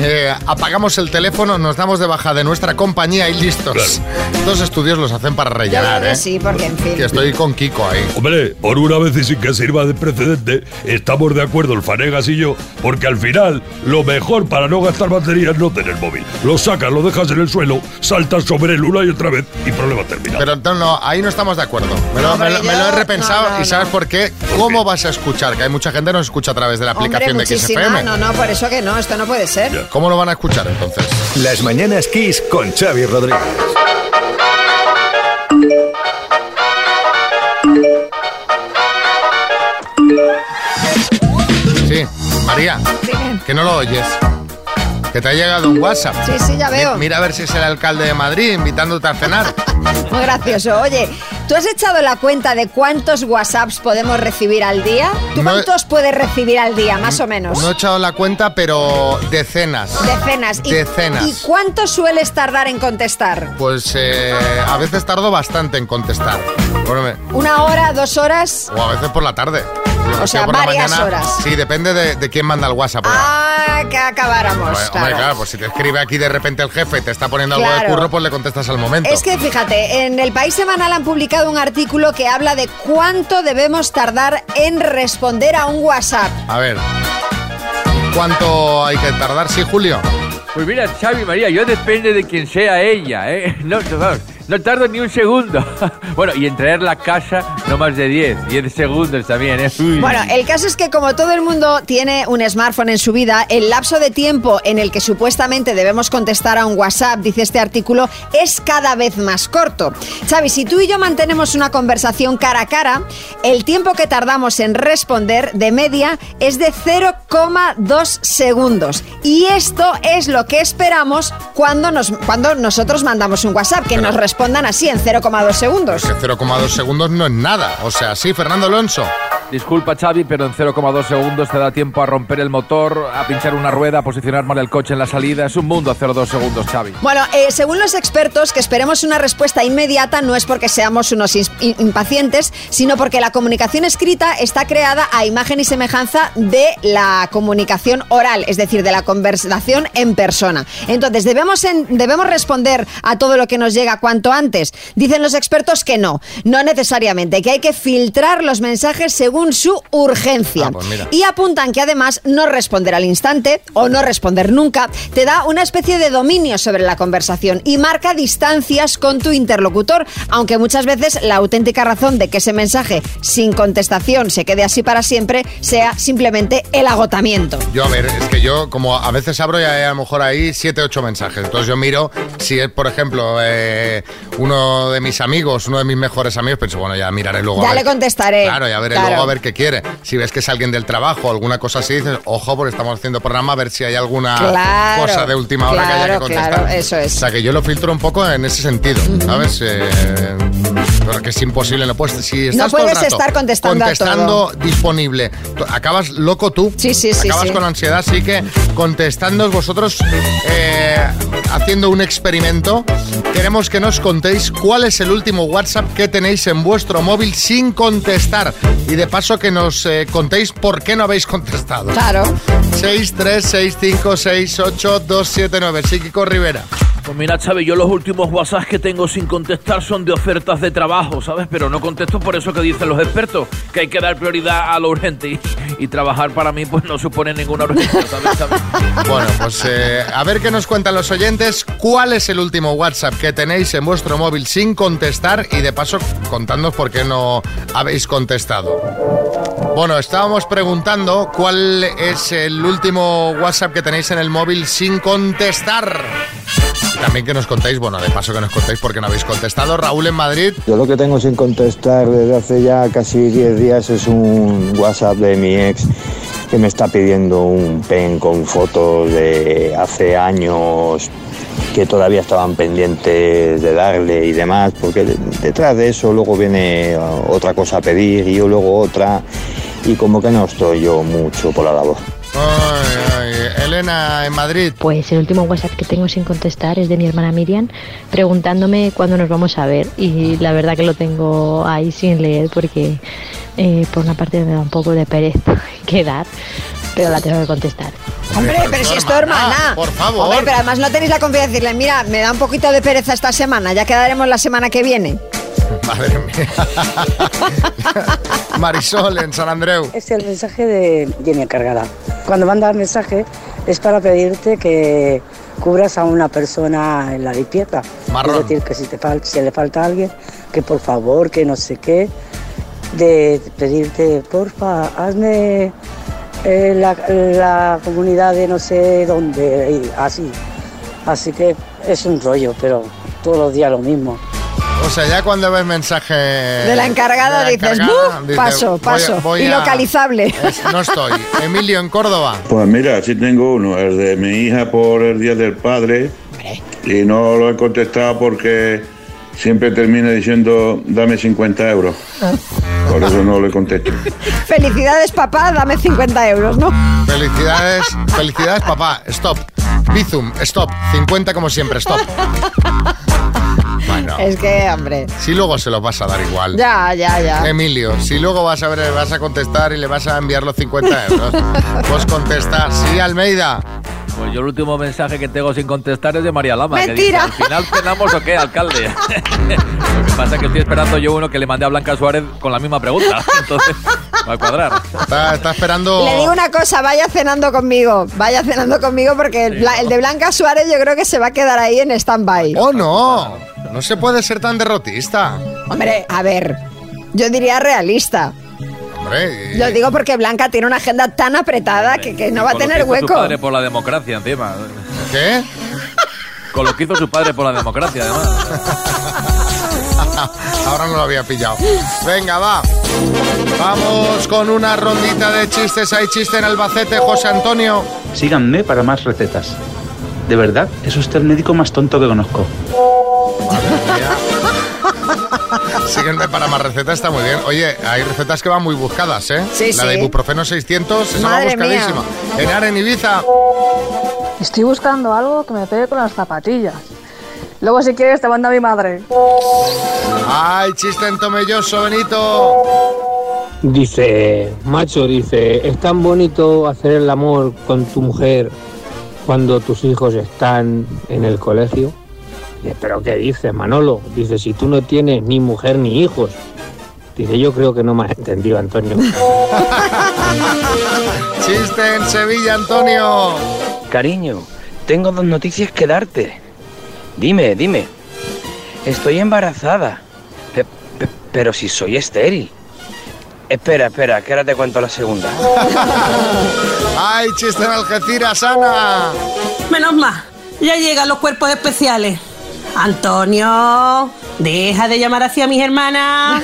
[SPEAKER 3] eh, apagamos el teléfono, nos damos de baja de nuestra compañía y listos. Estos estudios los hacen para rellenar,
[SPEAKER 4] creo que
[SPEAKER 3] ¿eh?
[SPEAKER 4] sí, porque en fin.
[SPEAKER 3] Que estoy con Kiko ahí.
[SPEAKER 15] Hombre, por una vez y sin que sirva de precedente, estamos de acuerdo el Fanegas y yo, porque al final lo mejor para no gastar batería es no tener móvil. Lo sacas, lo dejas en el suelo, saltas sobre él una y otra vez y problema terminado.
[SPEAKER 3] Pero no, no, ahí no estamos de acuerdo. Me lo, me lo- me lo he repensado y ¿sabes por qué? ¿Cómo vas a escuchar? Que hay mucha gente que nos escucha a través de la
[SPEAKER 4] Hombre,
[SPEAKER 3] aplicación de
[SPEAKER 4] muchísima.
[SPEAKER 3] XFM.
[SPEAKER 4] No, no, por eso que no, esto no puede ser.
[SPEAKER 3] ¿Cómo lo van a escuchar entonces?
[SPEAKER 16] Las mañanas Kiss con Xavi Rodríguez.
[SPEAKER 3] Sí, María, que no lo oyes. Que te ha llegado un WhatsApp.
[SPEAKER 4] Sí, sí, ya
[SPEAKER 3] Mi-
[SPEAKER 4] veo.
[SPEAKER 3] Mira a ver si es el alcalde de Madrid invitándote a cenar.
[SPEAKER 4] Muy gracioso. Oye, ¿tú has echado la cuenta de cuántos WhatsApps podemos recibir al día? ¿Tú
[SPEAKER 3] No-
[SPEAKER 4] cuántos puedes recibir al día, más o menos?
[SPEAKER 3] No he echado la cuenta, pero decenas.
[SPEAKER 4] Decenas. ¿Y,
[SPEAKER 3] Decenas.
[SPEAKER 4] ¿Y cuánto sueles tardar en contestar?
[SPEAKER 3] Pues eh, a veces tardo bastante en contestar. Bueno, me-
[SPEAKER 4] ¿Una hora, dos horas?
[SPEAKER 3] O a veces por la tarde.
[SPEAKER 4] O sea,
[SPEAKER 3] por la
[SPEAKER 4] varias horas.
[SPEAKER 3] Sí, depende de, de quién manda el WhatsApp. ¿no?
[SPEAKER 4] Ah, que acabáramos.
[SPEAKER 3] Hombre,
[SPEAKER 4] claro.
[SPEAKER 3] hombre, claro, pues si te escribe aquí de repente el jefe y te está poniendo algo de
[SPEAKER 4] Claro.
[SPEAKER 3] curro, pues le contestas al momento.
[SPEAKER 4] Es que fíjate, en el País Semanal han publicado un artículo que habla de cuánto debemos tardar en responder a un WhatsApp.
[SPEAKER 3] A ver, ¿cuánto hay que tardar? Sí, Julio.
[SPEAKER 7] Pues mira, Xavi María, yo depende de quien sea ella, ¿eh? No, no, vamos, no tardo ni un segundo. Bueno, y en traer la casa no más de 10, 10 segundos también, ¿eh? Uy.
[SPEAKER 4] Bueno, el caso es que como todo el mundo tiene un smartphone en su vida, el lapso de tiempo en el que supuestamente debemos contestar a un WhatsApp, dice este artículo, es cada vez más corto. Xavi, si tú y yo mantenemos una conversación cara a cara, el tiempo que tardamos en responder de media es de 0,2 segundos. Y esto es lo que esperamos cuando, nos, cuando nosotros mandamos un WhatsApp, que nos respondan así en 0,2 segundos.
[SPEAKER 3] Que 0,2 segundos no es nada. O sea, sí, Fernando Alonso.
[SPEAKER 8] Disculpa, Xavi, pero en 0,2 segundos te da tiempo a romper el motor, a pinchar una rueda, a posicionar mal el coche en la salida. Es un mundo a 0,2 segundos, Xavi.
[SPEAKER 4] Bueno, eh, según los expertos, que esperemos una respuesta inmediata no es porque seamos unos ins- i- impacientes, sino porque la comunicación escrita está creada a imagen y semejanza de la comunicación oral, es decir, de la conversación en persona. Entonces, ¿debemos, en- debemos responder a todo lo que nos llega cuanto antes? Dicen los expertos que no, no necesariamente, que hay que filtrar los mensajes según su urgencia.
[SPEAKER 10] mira.
[SPEAKER 4] Y apuntan que además no responder al instante o no responder nunca te da una especie de dominio sobre la conversación y marca distancias con tu interlocutor, aunque muchas veces la auténtica razón de que ese mensaje sin contestación se quede así para siempre sea simplemente el agotamiento.
[SPEAKER 3] Yo, a ver, es que yo, como a veces abro y hay a lo mejor ahí 7, 8 mensajes. Entonces yo miro si es, por ejemplo, eh, uno de mis amigos, uno de mis mejores amigos, pienso, bueno, ya miraré luego. a
[SPEAKER 4] ya
[SPEAKER 3] ver.
[SPEAKER 4] le contestaré.
[SPEAKER 3] Claro, ya veré
[SPEAKER 4] Claro.
[SPEAKER 3] luego a ver qué quiere. Si ves que es alguien del trabajo, alguna cosa así, dices, ojo, porque estamos haciendo programa, a ver si hay alguna
[SPEAKER 4] Claro,
[SPEAKER 3] cosa de última hora que haya que
[SPEAKER 4] claro,
[SPEAKER 3] contestar.
[SPEAKER 4] claro, eso es.
[SPEAKER 3] O sea, que yo lo filtro un poco en ese sentido, ¿sabes? Eh, porque es imposible, no puedes, si estás
[SPEAKER 4] No
[SPEAKER 3] todo el
[SPEAKER 4] puedes
[SPEAKER 3] rato
[SPEAKER 4] estar contestando a
[SPEAKER 3] contestando
[SPEAKER 4] todo.
[SPEAKER 3] disponible, tú- acabas loco tú. Sí, sí,
[SPEAKER 4] sí,
[SPEAKER 3] Acabas
[SPEAKER 4] sí.
[SPEAKER 3] con ansiedad, así que contestando vosotros, eh, haciendo un experimento, queremos que nos contéis cuál es el último WhatsApp que tenéis en vuestro móvil sin contestar. Y de paso que nos eh, contéis por qué no habéis contestado.
[SPEAKER 4] Claro.
[SPEAKER 3] 636568279, Psíquico Rivera.
[SPEAKER 7] Pues mira, Chávez, yo los últimos WhatsApp que tengo sin contestar son de ofertas de trabajo, ¿sabes? Pero no contesto por eso que dicen los expertos, que hay que dar prioridad a lo urgente y, y trabajar para mí pues no supone ninguna urgencia, ¿sabes? Chávez?
[SPEAKER 3] Bueno, pues eh, a ver qué nos cuentan los oyentes. ¿Cuál es el último WhatsApp que tenéis en vuestro móvil sin contestar? Y de paso, contadnos por qué no habéis contestado. Bueno, estábamos preguntando cuál es el último WhatsApp que tenéis en el móvil sin contestar. También que nos contéis, bueno, de paso que nos contéis por qué no habéis contestado. Raúl en Madrid.
[SPEAKER 17] Yo lo que tengo sin contestar desde hace ya casi 10 días es un WhatsApp de mi ex que me está pidiendo un pen con fotos de hace años que todavía estaban pendientes de darle y demás, porque de- detrás de eso luego viene uh, otra cosa a pedir y yo luego otra, y como que no estoy yo mucho por la labor.
[SPEAKER 3] Ay, ay, Elena en Madrid.
[SPEAKER 10] Pues el último WhatsApp que tengo sin contestar es de mi hermana Miriam preguntándome cuándo nos vamos a ver y la verdad que lo tengo ahí sin leer porque eh, por una parte me da un poco de pereza quedar, pero la tengo que contestar.
[SPEAKER 4] Hombre, pero si es tu hermana. Por favor. Hombre, pero además no tenéis la confianza de decirle, mira, me da un poquito de pereza esta semana, ya quedaremos la semana que viene.
[SPEAKER 3] Madre mía. Marisol en San Andreu.
[SPEAKER 18] Es el mensaje de Jenny Cargada. Cuando manda el mensaje es para pedirte que cubras a una persona en la limpieza.
[SPEAKER 3] Marrón.
[SPEAKER 18] Es decir, que si, te fal- si le falta a alguien, que por favor, que no sé qué. De pedirte, porfa, hazme eh, la, la comunidad de no sé dónde, y así. Así que es un rollo, pero todos los días lo mismo.
[SPEAKER 3] O sea, ya cuando ves mensaje Eh, de
[SPEAKER 4] de la encargada
[SPEAKER 3] la
[SPEAKER 4] dices,
[SPEAKER 3] encargada,
[SPEAKER 4] "Buf,
[SPEAKER 3] dices,
[SPEAKER 4] paso,
[SPEAKER 3] voy a-
[SPEAKER 4] paso.
[SPEAKER 3] voy
[SPEAKER 4] y
[SPEAKER 3] a-
[SPEAKER 4] localizable.
[SPEAKER 3] Es- No estoy. Emilio en Córdoba.
[SPEAKER 19] Pues mira, sí tengo uno, el de mi hija por el Día del Padre. Y no lo he contestado porque siempre termina diciendo, dame 50 euros.
[SPEAKER 17] Ah.
[SPEAKER 19] Por eso no le contesto.
[SPEAKER 4] Felicidades, papá, dame 50 euros, ¿no?
[SPEAKER 3] Felicidades, felicidades, papá. Stop. Bizum, stop. 50 como siempre, stop. Bueno.
[SPEAKER 4] Es que, hombre.
[SPEAKER 3] Si luego se los vas a dar igual.
[SPEAKER 4] Ya, ya, ya.
[SPEAKER 3] Emilio, si luego vas a ver, vas a contestar y le vas a enviar los 50 euros, pues contesta, sí, Almeida.
[SPEAKER 7] Pues yo el último mensaje que tengo sin contestar es de María Lama.
[SPEAKER 3] Mentira.
[SPEAKER 7] Que dice, ¿Al final cenamos o qué, alcalde? Lo que pasa es que estoy esperando yo uno que le mandé a Blanca Suárez con la misma pregunta. Entonces, va a cuadrar.
[SPEAKER 3] Está, esperando...
[SPEAKER 4] Le digo una cosa, vaya cenando conmigo, vaya cenando conmigo porque el, bla- el de Blanca Suárez yo creo que se va a quedar ahí en stand-by.
[SPEAKER 3] ¡Oh, no! No se puede ser tan derrotista.
[SPEAKER 4] Hombre, a ver, yo diría realista.
[SPEAKER 3] Hombre, y-
[SPEAKER 4] Lo digo porque Blanca tiene una agenda tan apretada que, que no va a
[SPEAKER 7] Con lo que
[SPEAKER 4] tener
[SPEAKER 7] hizo su
[SPEAKER 4] hueco.
[SPEAKER 7] padre por la democracia, encima.
[SPEAKER 3] ¿Qué?
[SPEAKER 7] Con lo que hizo su padre por la democracia, además.
[SPEAKER 3] Ahora no lo había pillado. Venga, va. Vamos con una rondita de chistes. Hay chiste en Albacete, José Antonio.
[SPEAKER 20] Síganme para más recetas. De verdad, es usted el médico más tonto que conozco.
[SPEAKER 3] Sígueme para más recetas, está muy bien. Oye, hay recetas que van muy buscadas, ¿eh?
[SPEAKER 21] Sí,
[SPEAKER 3] La de
[SPEAKER 21] sí.
[SPEAKER 3] ibuprofeno 600, esa
[SPEAKER 21] Madre
[SPEAKER 3] va buscadísima.
[SPEAKER 21] mía.
[SPEAKER 3] En Aren Ibiza.
[SPEAKER 21] Estoy buscando algo que me pegue con las zapatillas. Luego, si quieres, te manda mi madre.
[SPEAKER 3] Hay chiste en Tomelloso, Benito.
[SPEAKER 22] Dice, macho, dice, es tan bonito hacer el amor con tu mujer cuando tus hijos están en el colegio. Dice, pero ¿qué dices, Manolo? Dice, si tú no tienes ni mujer ni hijos. Dice, yo creo que no me has entendido, Antonio.
[SPEAKER 3] Chiste en Sevilla, Antonio.
[SPEAKER 23] Cariño, tengo dos noticias que darte. Dime, dime. Estoy embarazada. Pe- pe- pero si soy estéril. Espera, espera, que ahora te cuento la segunda.
[SPEAKER 3] Hay chiste en Algeciras, Ana.
[SPEAKER 24] Menos mal, ya llegan los cuerpos especiales.
[SPEAKER 10] Antonio, deja de llamar así a mis hermanas.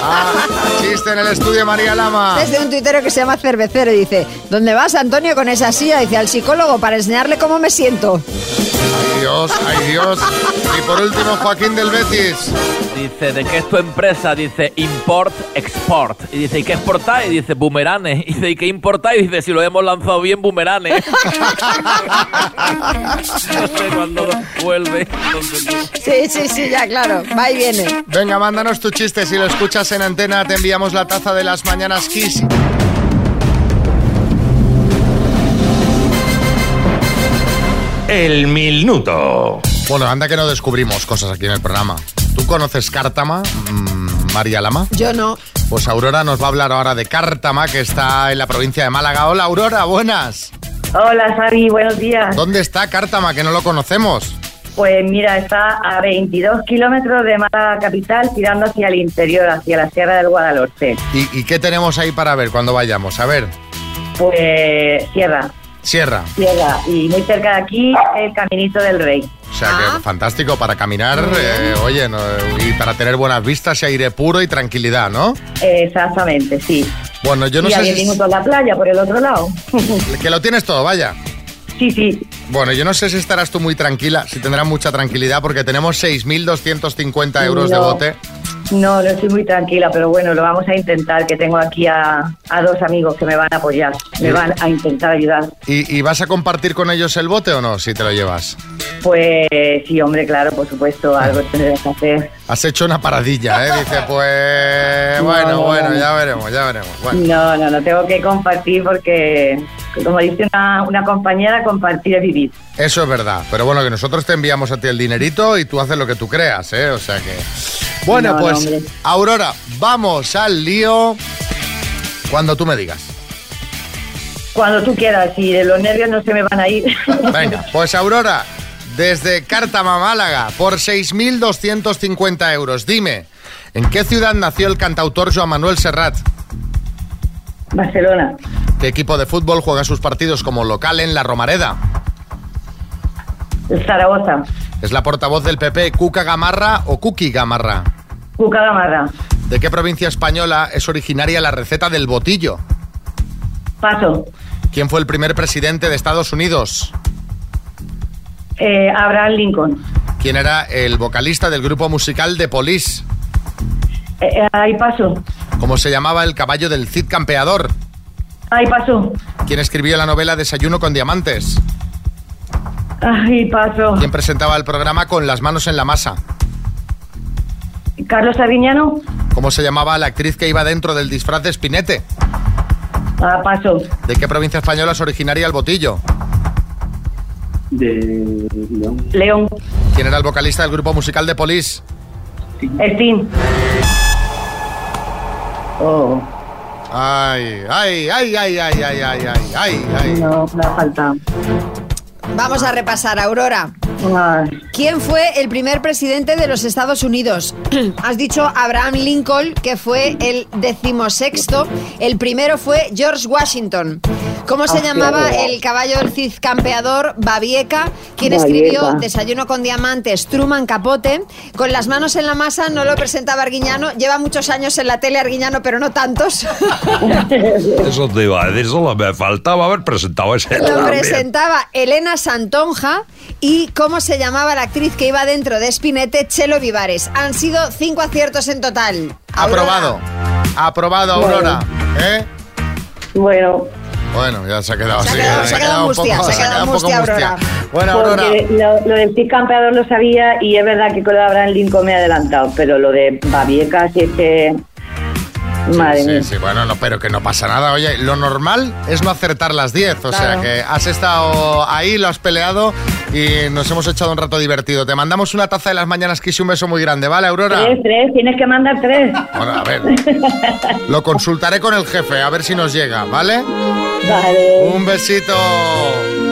[SPEAKER 3] Ah, Chiste en el estudio, María Lama.
[SPEAKER 4] Desde un tuitero que se llama Cervecero y dice, ¿dónde vas, Antonio, con esa silla? Dice, al psicólogo para enseñarle cómo me siento.
[SPEAKER 3] Ay Dios, ay Dios. Y por último, Joaquín del Betis.
[SPEAKER 7] Dice, ¿de qué es tu empresa? Dice, import, export. Y dice, ¿y qué exportáis? Dice, boomeranes. Y dice, ¿y qué importáis? Dice, si lo hemos lanzado bien, boomeranes. no sé cuándo vuelve.
[SPEAKER 4] Sí, sí, sí, ya, claro. Va y viene.
[SPEAKER 3] Venga, mándanos tu chiste. Si lo escuchas en antena, te enviamos la taza de las mañanas Kiss.
[SPEAKER 25] El minuto.
[SPEAKER 3] Bueno, anda que no descubrimos cosas aquí en el programa. ¿Tú conoces Cártama, mm, María Lama?
[SPEAKER 4] Yo no.
[SPEAKER 3] Pues Aurora nos va a hablar ahora de Cártama, que está en la provincia de Málaga. Hola, Aurora, buenas.
[SPEAKER 11] Hola, Xavi, buenos días.
[SPEAKER 3] ¿Dónde está Cártama, que no lo conocemos?
[SPEAKER 11] Pues mira, está a 22 kilómetros de Málaga capital, tirando hacia el interior, hacia la Sierra del Guadalhorce.
[SPEAKER 3] ¿Y, y qué tenemos ahí para ver cuando vayamos? A ver,
[SPEAKER 11] Pues sierra,
[SPEAKER 3] Sierra.
[SPEAKER 11] sierra. Y muy cerca de aquí, el Caminito del Rey.
[SPEAKER 3] O sea,
[SPEAKER 11] Ah.
[SPEAKER 3] que fantástico para caminar, eh, oye, no, y para tener buenas vistas y aire puro y tranquilidad, ¿no?
[SPEAKER 11] Exactamente, sí.
[SPEAKER 3] Bueno, yo no
[SPEAKER 11] y a
[SPEAKER 3] sé
[SPEAKER 11] 10
[SPEAKER 3] si-
[SPEAKER 11] minutos la playa, por el otro lado.
[SPEAKER 3] que lo tienes todo, vaya.
[SPEAKER 11] Sí, sí.
[SPEAKER 3] Bueno, yo no sé si estarás tú muy tranquila, si tendrás mucha tranquilidad, porque tenemos 6.250 euros de
[SPEAKER 11] No.
[SPEAKER 3] bote.
[SPEAKER 11] No, no estoy muy tranquila, pero bueno, lo vamos a intentar, que tengo aquí a, a dos amigos que me van a apoyar, me van a intentar ayudar.
[SPEAKER 3] ¿Y, y vas a compartir con ellos el bote o no, si te lo llevas?
[SPEAKER 11] Pues sí, hombre, claro, por supuesto,
[SPEAKER 22] Ah.
[SPEAKER 11] algo tendré que hacer.
[SPEAKER 3] Has hecho una paradilla, ¿eh? Dice, pues...
[SPEAKER 11] No,
[SPEAKER 3] Bueno,
[SPEAKER 11] no,
[SPEAKER 3] bueno,
[SPEAKER 11] no.
[SPEAKER 3] ya veremos, ya veremos. Bueno.
[SPEAKER 11] No, no, no, tengo que compartir porque, como dice una, una compañera, compartir es vivir.
[SPEAKER 3] Eso es verdad, pero bueno, que nosotros te enviamos a ti el dinerito y tú haces lo que tú creas, ¿eh? O sea que... Bueno,
[SPEAKER 11] No, no,
[SPEAKER 3] pues
[SPEAKER 11] hombre.
[SPEAKER 3] Aurora, vamos al lío cuando tú me digas.
[SPEAKER 11] Cuando tú quieras, y de los nervios no se me van a ir.
[SPEAKER 3] Venga, pues Aurora, desde Cártama, Málaga, por 6.250 euros, dime, ¿en qué ciudad nació el cantautor Joan Manuel Serrat?
[SPEAKER 11] Barcelona,
[SPEAKER 3] ¿Qué equipo de fútbol juega sus partidos como local en La Romareda?
[SPEAKER 11] Zaragoza,
[SPEAKER 3] ¿Es la portavoz del PP Cuca Gamarra o Cuqui Gamarra?
[SPEAKER 11] Cuca Gamarra,
[SPEAKER 3] ¿De qué provincia española es originaria la receta del botillo?
[SPEAKER 11] paso.
[SPEAKER 3] ¿Quién fue el primer presidente de Estados Unidos?
[SPEAKER 11] Eh, Abraham Lincoln.
[SPEAKER 3] ¿Quién era el vocalista del grupo musical de Police?
[SPEAKER 11] Eh, eh, ahí paso,
[SPEAKER 3] ¿Cómo se llamaba el caballo del Cid Campeador?
[SPEAKER 11] ahí paso,
[SPEAKER 3] ¿Quién escribió la novela Desayuno con Diamantes?
[SPEAKER 11] ahí paso.
[SPEAKER 3] ¿Quién presentaba el programa Con las manos en la masa?
[SPEAKER 11] Carlos Arguiñano,
[SPEAKER 3] ¿Cómo se llamaba la actriz que iba dentro del disfraz de Spinete?
[SPEAKER 11] ah, paso.
[SPEAKER 3] ¿De qué provincia española es originaria el botillo?
[SPEAKER 11] De León.
[SPEAKER 3] ¿Quién era el vocalista del grupo musical de Police?
[SPEAKER 11] Steam. Oh.
[SPEAKER 3] Ay, ay, ay, ay, ay, ay, ay, ay, ay, ay.
[SPEAKER 11] No, me ha faltado.
[SPEAKER 4] Vamos a repasar, Aurora.
[SPEAKER 11] Ay,
[SPEAKER 4] ¿Quién fue el primer presidente de los Estados Unidos? Has dicho Abraham Lincoln, que fue el decimosexto. El primero fue George Washington. ¿Cómo se
[SPEAKER 11] Ah,
[SPEAKER 4] llamaba
[SPEAKER 11] claro.
[SPEAKER 4] el caballo del Cid campeador? Babieca, quien
[SPEAKER 11] Babieca.
[SPEAKER 4] escribió Desayuno con diamantes, Truman Capote. Con las manos en la masa no lo presentaba Arguiñano. Lleva muchos años en la tele Arguiñano, pero no tantos.
[SPEAKER 15] Eso te iba a decir, solo me faltaba haber presentado ese.
[SPEAKER 4] Lo
[SPEAKER 15] también.
[SPEAKER 4] presentaba Elena Santonja y cómo se llamaba la actriz que iba dentro de Spinete, Chelo Vivares. Han sido cinco aciertos en total.
[SPEAKER 3] Aprobado. Aprobado, Aurora. ¿Eh?
[SPEAKER 11] Bueno.
[SPEAKER 3] Bueno, ya se ha quedado
[SPEAKER 4] Se ha
[SPEAKER 3] así.
[SPEAKER 4] quedado- se ha quedado
[SPEAKER 3] un
[SPEAKER 4] mustia,
[SPEAKER 3] poco-
[SPEAKER 4] se ha quedado
[SPEAKER 3] un poco
[SPEAKER 4] mustia, Aurora.
[SPEAKER 3] Bueno, Aurora.
[SPEAKER 11] porque lo, lo del Cid Campeador lo sabía y es verdad que con lo de Abraham Lincoln me he adelantado, pero lo de Babieca sí es que... Madre
[SPEAKER 3] sí,
[SPEAKER 11] mía.
[SPEAKER 3] sí, bueno, no, pero que no pasa nada. Oye, lo normal es no acertar las 10. O sea
[SPEAKER 11] Claro.
[SPEAKER 3] que has estado ahí, lo has peleado y nos hemos echado un rato divertido. Te mandamos una taza de las mañanas, Kiss, y un beso muy grande, ¿vale, Aurora?
[SPEAKER 11] Tres, tres, tienes que mandar tres.
[SPEAKER 3] Bueno, a ver. Lo consultaré con el jefe, a ver si nos llega, ¿vale?
[SPEAKER 11] Vale.
[SPEAKER 3] Un besito.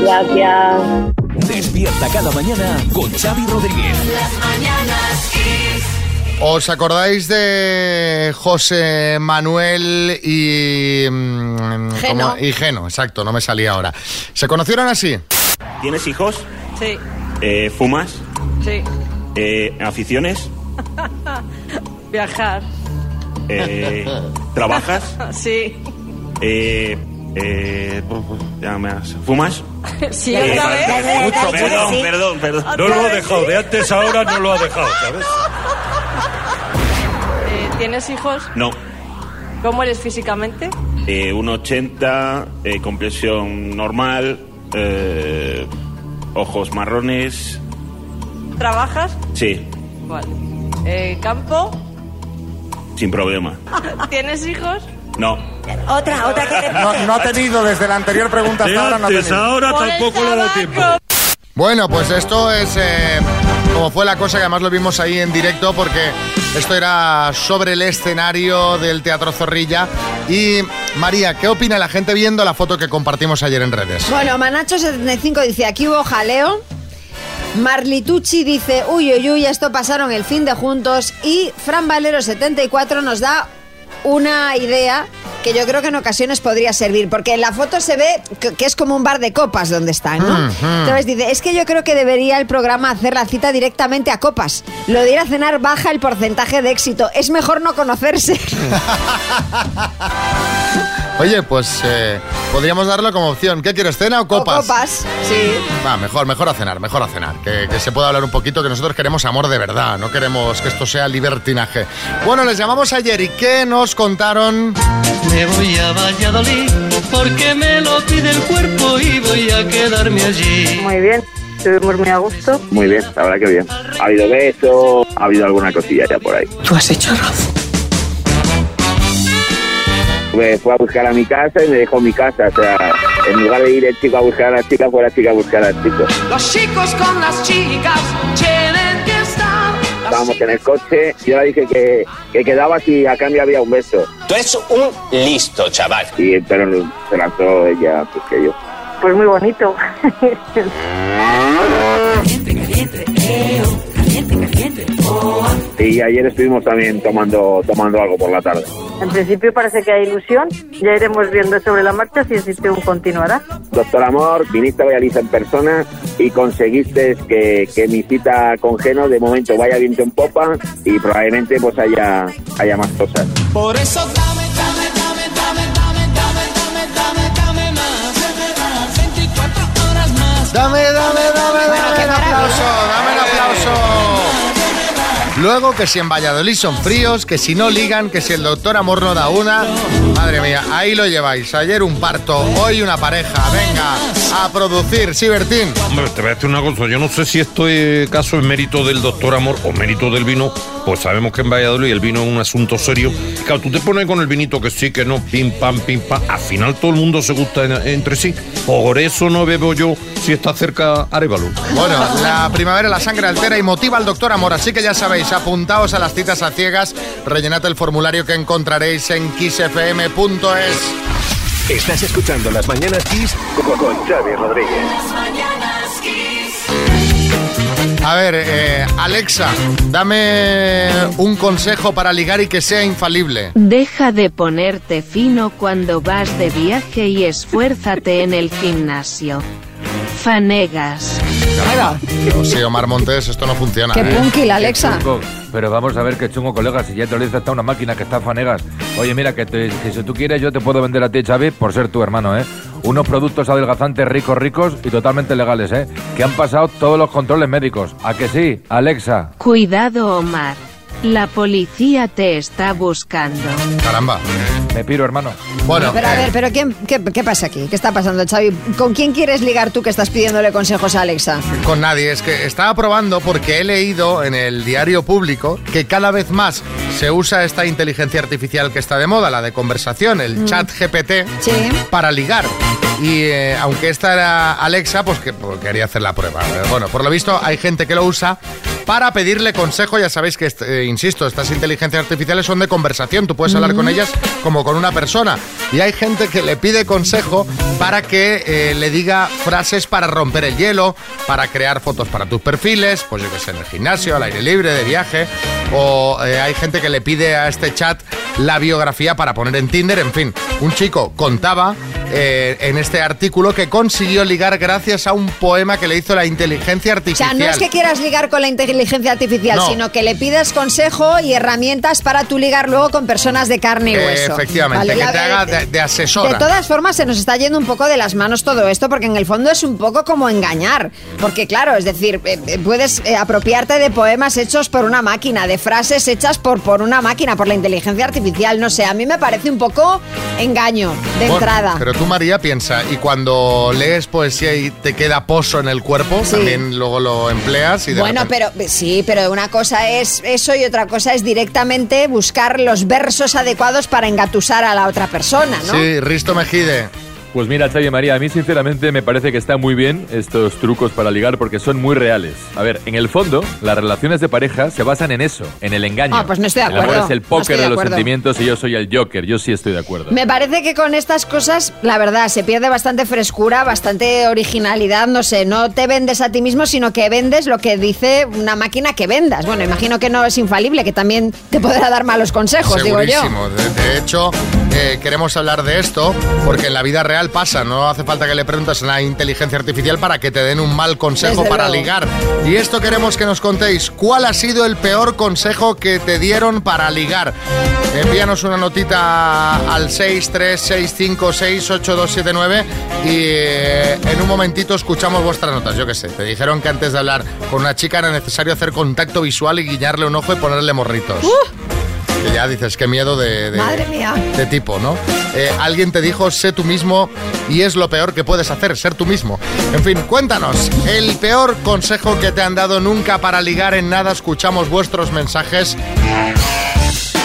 [SPEAKER 11] Gracias.
[SPEAKER 26] Despierta cada mañana con Xavi Rodríguez.
[SPEAKER 2] Las mañanas Kiss.
[SPEAKER 3] ¿Os acordáis de José Manuel y. mm,
[SPEAKER 2] Geno.
[SPEAKER 3] Y Geno, exacto, no me salía ahora. ¿Se conocieron así?
[SPEAKER 27] ¿Tienes hijos?
[SPEAKER 10] Sí,
[SPEAKER 27] Eh, ¿Fumas?
[SPEAKER 1] Sí.
[SPEAKER 28] Eh, ¿Aficiones?
[SPEAKER 1] Viajar.
[SPEAKER 28] Eh, ¿Trabajas?
[SPEAKER 1] Sí.
[SPEAKER 28] Eh, eh, ya me has- ¿Fumas?
[SPEAKER 1] Sí,
[SPEAKER 28] Eh,
[SPEAKER 1] otra vez.
[SPEAKER 28] mucho, perdón, perdón, perdón.
[SPEAKER 1] Otra
[SPEAKER 28] No lo
[SPEAKER 1] vez.
[SPEAKER 28] he dejado, de antes a ahora no lo ha dejado, ¿sabes?
[SPEAKER 1] Eh, ¿Tienes hijos?
[SPEAKER 28] No,
[SPEAKER 1] ¿Cómo eres físicamente?
[SPEAKER 28] eh, un 80, eh, compresión normal, eh, ojos marrones,
[SPEAKER 1] ¿Trabajas?
[SPEAKER 28] sí,
[SPEAKER 1] Vale. Eh, ¿Campo?
[SPEAKER 28] sin problema.
[SPEAKER 1] ¿Tienes hijos?
[SPEAKER 28] No.
[SPEAKER 1] Otra, otra que
[SPEAKER 3] No, no ha tenido desde la anterior pregunta
[SPEAKER 28] De
[SPEAKER 3] hasta ahora. No ha
[SPEAKER 28] antes
[SPEAKER 3] tenido.
[SPEAKER 28] a ahora Por el tampoco le ha dado tabaco. tiempo.
[SPEAKER 3] Bueno, pues esto es eh, como fue la cosa que además lo vimos ahí en directo porque esto era sobre el escenario del Teatro Zorrilla. Y María, ¿qué opina la gente viendo la foto que compartimos ayer en redes?
[SPEAKER 4] Bueno, Manacho75 dice, aquí hubo jaleo. Marlitucci dice, uy, uy, uy, esto pasaron el fin de juntos. Y Fran Valero74 nos da una idea que yo creo que en ocasiones podría servir, porque en la foto se ve que, que es como un bar de copas donde están, ¿no?
[SPEAKER 2] Ujú.
[SPEAKER 4] Entonces dice, es que yo creo que debería el programa hacer la cita directamente a copas. Lo de ir a cenar baja el porcentaje de éxito. Es mejor no conocerse.
[SPEAKER 3] Oye, pues eh, podríamos darlo como opción. ¿Qué quieres, cena o copas?
[SPEAKER 4] copas, sí.
[SPEAKER 3] Va, mejor, mejor a cenar, mejor a cenar. Que, que se pueda hablar un poquito, que nosotros queremos amor de verdad, no queremos que esto sea libertinaje. Bueno, les llamamos ayer y ¿qué nos contaron?
[SPEAKER 11] Me voy a Valladolid porque me lo pide el cuerpo y voy a quedarme allí.
[SPEAKER 13] Muy bien, estuvimos muy a gusto.
[SPEAKER 27] Muy bien, la verdad que bien. Ha habido besos, ha habido alguna cosilla ya por ahí.
[SPEAKER 13] ¿Tú has hecho arroz?
[SPEAKER 27] Me fue a buscar a mi casa y me dejó mi casa. O sea, en lugar de ir el chico a buscar a la chica, fue la chica a buscar al chico.
[SPEAKER 2] Los chicos con las chicas tienen que estar.
[SPEAKER 27] Estábamos en el coche, yo le dije que, que quedaba si a cambio había un beso.
[SPEAKER 24] Tú eres un listo, chaval.
[SPEAKER 27] Y pero no, se lanzó ella antes que yo.
[SPEAKER 13] Pues muy bonito.
[SPEAKER 27] Y ayer estuvimos también tomando, tomando algo por la tarde.
[SPEAKER 13] en principio parece que hay ilusión. Ya iremos viendo sobre la marcha si existe un continuará.
[SPEAKER 27] Doctor Amor, viniste a Valladolid en persona y conseguiste que, que mi cita con Geno de momento vaya viento en popa y probablemente pues haya, haya más cosas.
[SPEAKER 2] Por eso dame, dame, dame, dame, dame, dame, dame, dame, dame más. dame más, 24 horas más.
[SPEAKER 3] Dame, dame, dame, dame, dame, dame el aplauso. Luego que si en Valladolid son fríos, que si no ligan, que si el doctor amor no da una. Madre mía, ahí lo lleváis. Ayer un parto, hoy una pareja. Venga, a producir, sí, Bertín.
[SPEAKER 12] Hombre, te voy a decir una cosa. Yo no sé si esto es caso es mérito del doctor Amor o mérito del vino. Pues sabemos que en Valladolid el vino es un asunto serio. Claro, tú te pones con el vinito que sí, que no, pim, pam, pim, pam. Al final todo el mundo se gusta en- entre sí. Por eso no bebo yo si está cerca Arevalo.
[SPEAKER 3] Bueno, la primavera la sangre altera y motiva al doctor Amor, así que ya sabéis, apuntaos a las citas a ciegas, rellenad el formulario que encontraréis en kissfm.es.
[SPEAKER 16] Estás escuchando Las Mañanas Kiss con, con Xavi Rodríguez.
[SPEAKER 2] Las mañanas Kiss.
[SPEAKER 3] A ver, eh, Alexa, dame un consejo para ligar y que sea infalible.
[SPEAKER 29] Deja de ponerte fino cuando vas de viaje y esfuérzate en el gimnasio. Fanegas.
[SPEAKER 3] No, sí, Omar Montes, esto no funciona.
[SPEAKER 4] Qué
[SPEAKER 3] ¿eh?
[SPEAKER 4] punky la Alexa.
[SPEAKER 8] Chungo, Pero vamos a ver qué chungo, colega, si ya te lo dice hasta una máquina que está fanegas. Oye, mira, que, te- que si tú quieres yo te puedo vender a ti, Xavi, por ser tu hermano, ¿eh? Unos productos adelgazantes ricos, ricos y totalmente legales, ¿eh? Que han pasado todos los controles médicos. ¿A que sí, Alexa?
[SPEAKER 29] Cuidado, Omar. La policía te está buscando.
[SPEAKER 3] Caramba.
[SPEAKER 8] Me piro, hermano.
[SPEAKER 3] Bueno, eh,
[SPEAKER 4] Pero a ver, pero ¿quién- qué, qué pasa aquí? ¿Qué está pasando, Xavi? ¿Con quién quieres ligar tú que estás pidiéndole consejos a Alexa?
[SPEAKER 3] Con nadie, es que estaba probando porque he leído en el diario público que cada vez más se usa esta inteligencia artificial que está de moda, la de conversación, el
[SPEAKER 4] Mm.
[SPEAKER 3] chat GPT, para ligar. Y eh, aunque esta era Alexa, pues que pues quería hacer la prueba. Eh, Bueno, por lo visto hay gente que lo usa para pedirle consejo. Ya sabéis que, est- eh, insisto, estas inteligencias artificiales son de conversación. Tú puedes hablar con ellas como con una persona. Y hay gente que le pide consejo para que eh, le diga frases para romper el hielo, para crear fotos para tus perfiles, pues yo que sé, en el gimnasio, al aire libre, de viaje. O eh, hay gente que le pide a este chat la biografía para poner en Tinder. En fin, un chico contaba eh, en este artículo que consiguió ligar gracias a un poema que le hizo la inteligencia
[SPEAKER 4] O sea,
[SPEAKER 3] artificial.
[SPEAKER 4] no es que quieras ligar con la inteligencia artificial,
[SPEAKER 3] No.
[SPEAKER 4] sino que le pidas consejo y herramientas para tú ligar luego con personas de carne y
[SPEAKER 3] Eh,
[SPEAKER 4] hueso.
[SPEAKER 3] efectivamente,
[SPEAKER 4] Vale,
[SPEAKER 3] que
[SPEAKER 4] la-
[SPEAKER 3] te haga de, de asesora.
[SPEAKER 4] De todas formas, se nos está yendo un poco de las manos todo esto, porque en el fondo es un poco como engañar. Porque claro, es decir, eh, eh, puedes eh, apropiarte de poemas hechos por una máquina, de frases hechas por, por una máquina, por la inteligencia artificial. No sé, a mí me parece un poco engaño de
[SPEAKER 3] Bueno,
[SPEAKER 4] entrada.
[SPEAKER 3] Pero tú, María, piensa, y cuando lees poesía y te queda pozo en el cuerpo, también luego lo empleas y de
[SPEAKER 4] Bueno,
[SPEAKER 3] repente-
[SPEAKER 4] pero eh, sí, pero una cosa es eso y otra cosa es directamente buscar los versos adecuados para engatusar a la otra persona, ¿no?
[SPEAKER 3] Sí, Risto Mejide.
[SPEAKER 30] Pues mira, Xavi María, a mí sinceramente me parece que está muy bien estos trucos para ligar porque son muy reales. A ver, en el fondo, las relaciones de pareja se basan en eso, en el engaño.
[SPEAKER 4] Ah, pues no estoy de
[SPEAKER 30] El amor
[SPEAKER 4] acuerdo,
[SPEAKER 30] es el
[SPEAKER 4] no estoy
[SPEAKER 30] póker
[SPEAKER 4] de
[SPEAKER 30] de, los
[SPEAKER 4] acuerdo.
[SPEAKER 30] sentimientos y yo soy el Joker. Yo sí estoy de acuerdo.
[SPEAKER 4] Me parece que con estas cosas, la verdad, se pierde bastante frescura, bastante originalidad, no sé, no te vendes a ti mismo, sino que vendes lo que dice una máquina que vendas. Bueno, imagino que no es infalible, que también te podrá dar malos consejos, digo yo.
[SPEAKER 3] Segurísimo. De, de hecho, eh, queremos hablar de esto porque en la vida real pasa. No hace falta que le preguntes a la inteligencia artificial para que te den un mal consejo
[SPEAKER 17] Desde
[SPEAKER 3] para
[SPEAKER 17] luego.
[SPEAKER 3] ligar. Y esto queremos que nos contéis. ¿Cuál ha sido el peor consejo que te dieron para ligar? Envíanos una notita al 636568279 y eh, en un momentito escuchamos vuestras notas. Yo qué sé, te dijeron que antes de hablar con una chica era necesario hacer contacto visual y guiñarle un ojo y ponerle
[SPEAKER 4] ¡Uh!
[SPEAKER 3] morritos. Que ya dices, qué miedo de, de-
[SPEAKER 4] Madre mía.
[SPEAKER 3] de tipo, ¿no? Eh, alguien te dijo, sé tú mismo y es lo peor que puedes hacer, ser tú mismo. En fin, cuéntanos, el peor consejo que te han dado nunca para ligar en nada, escuchamos vuestros mensajes.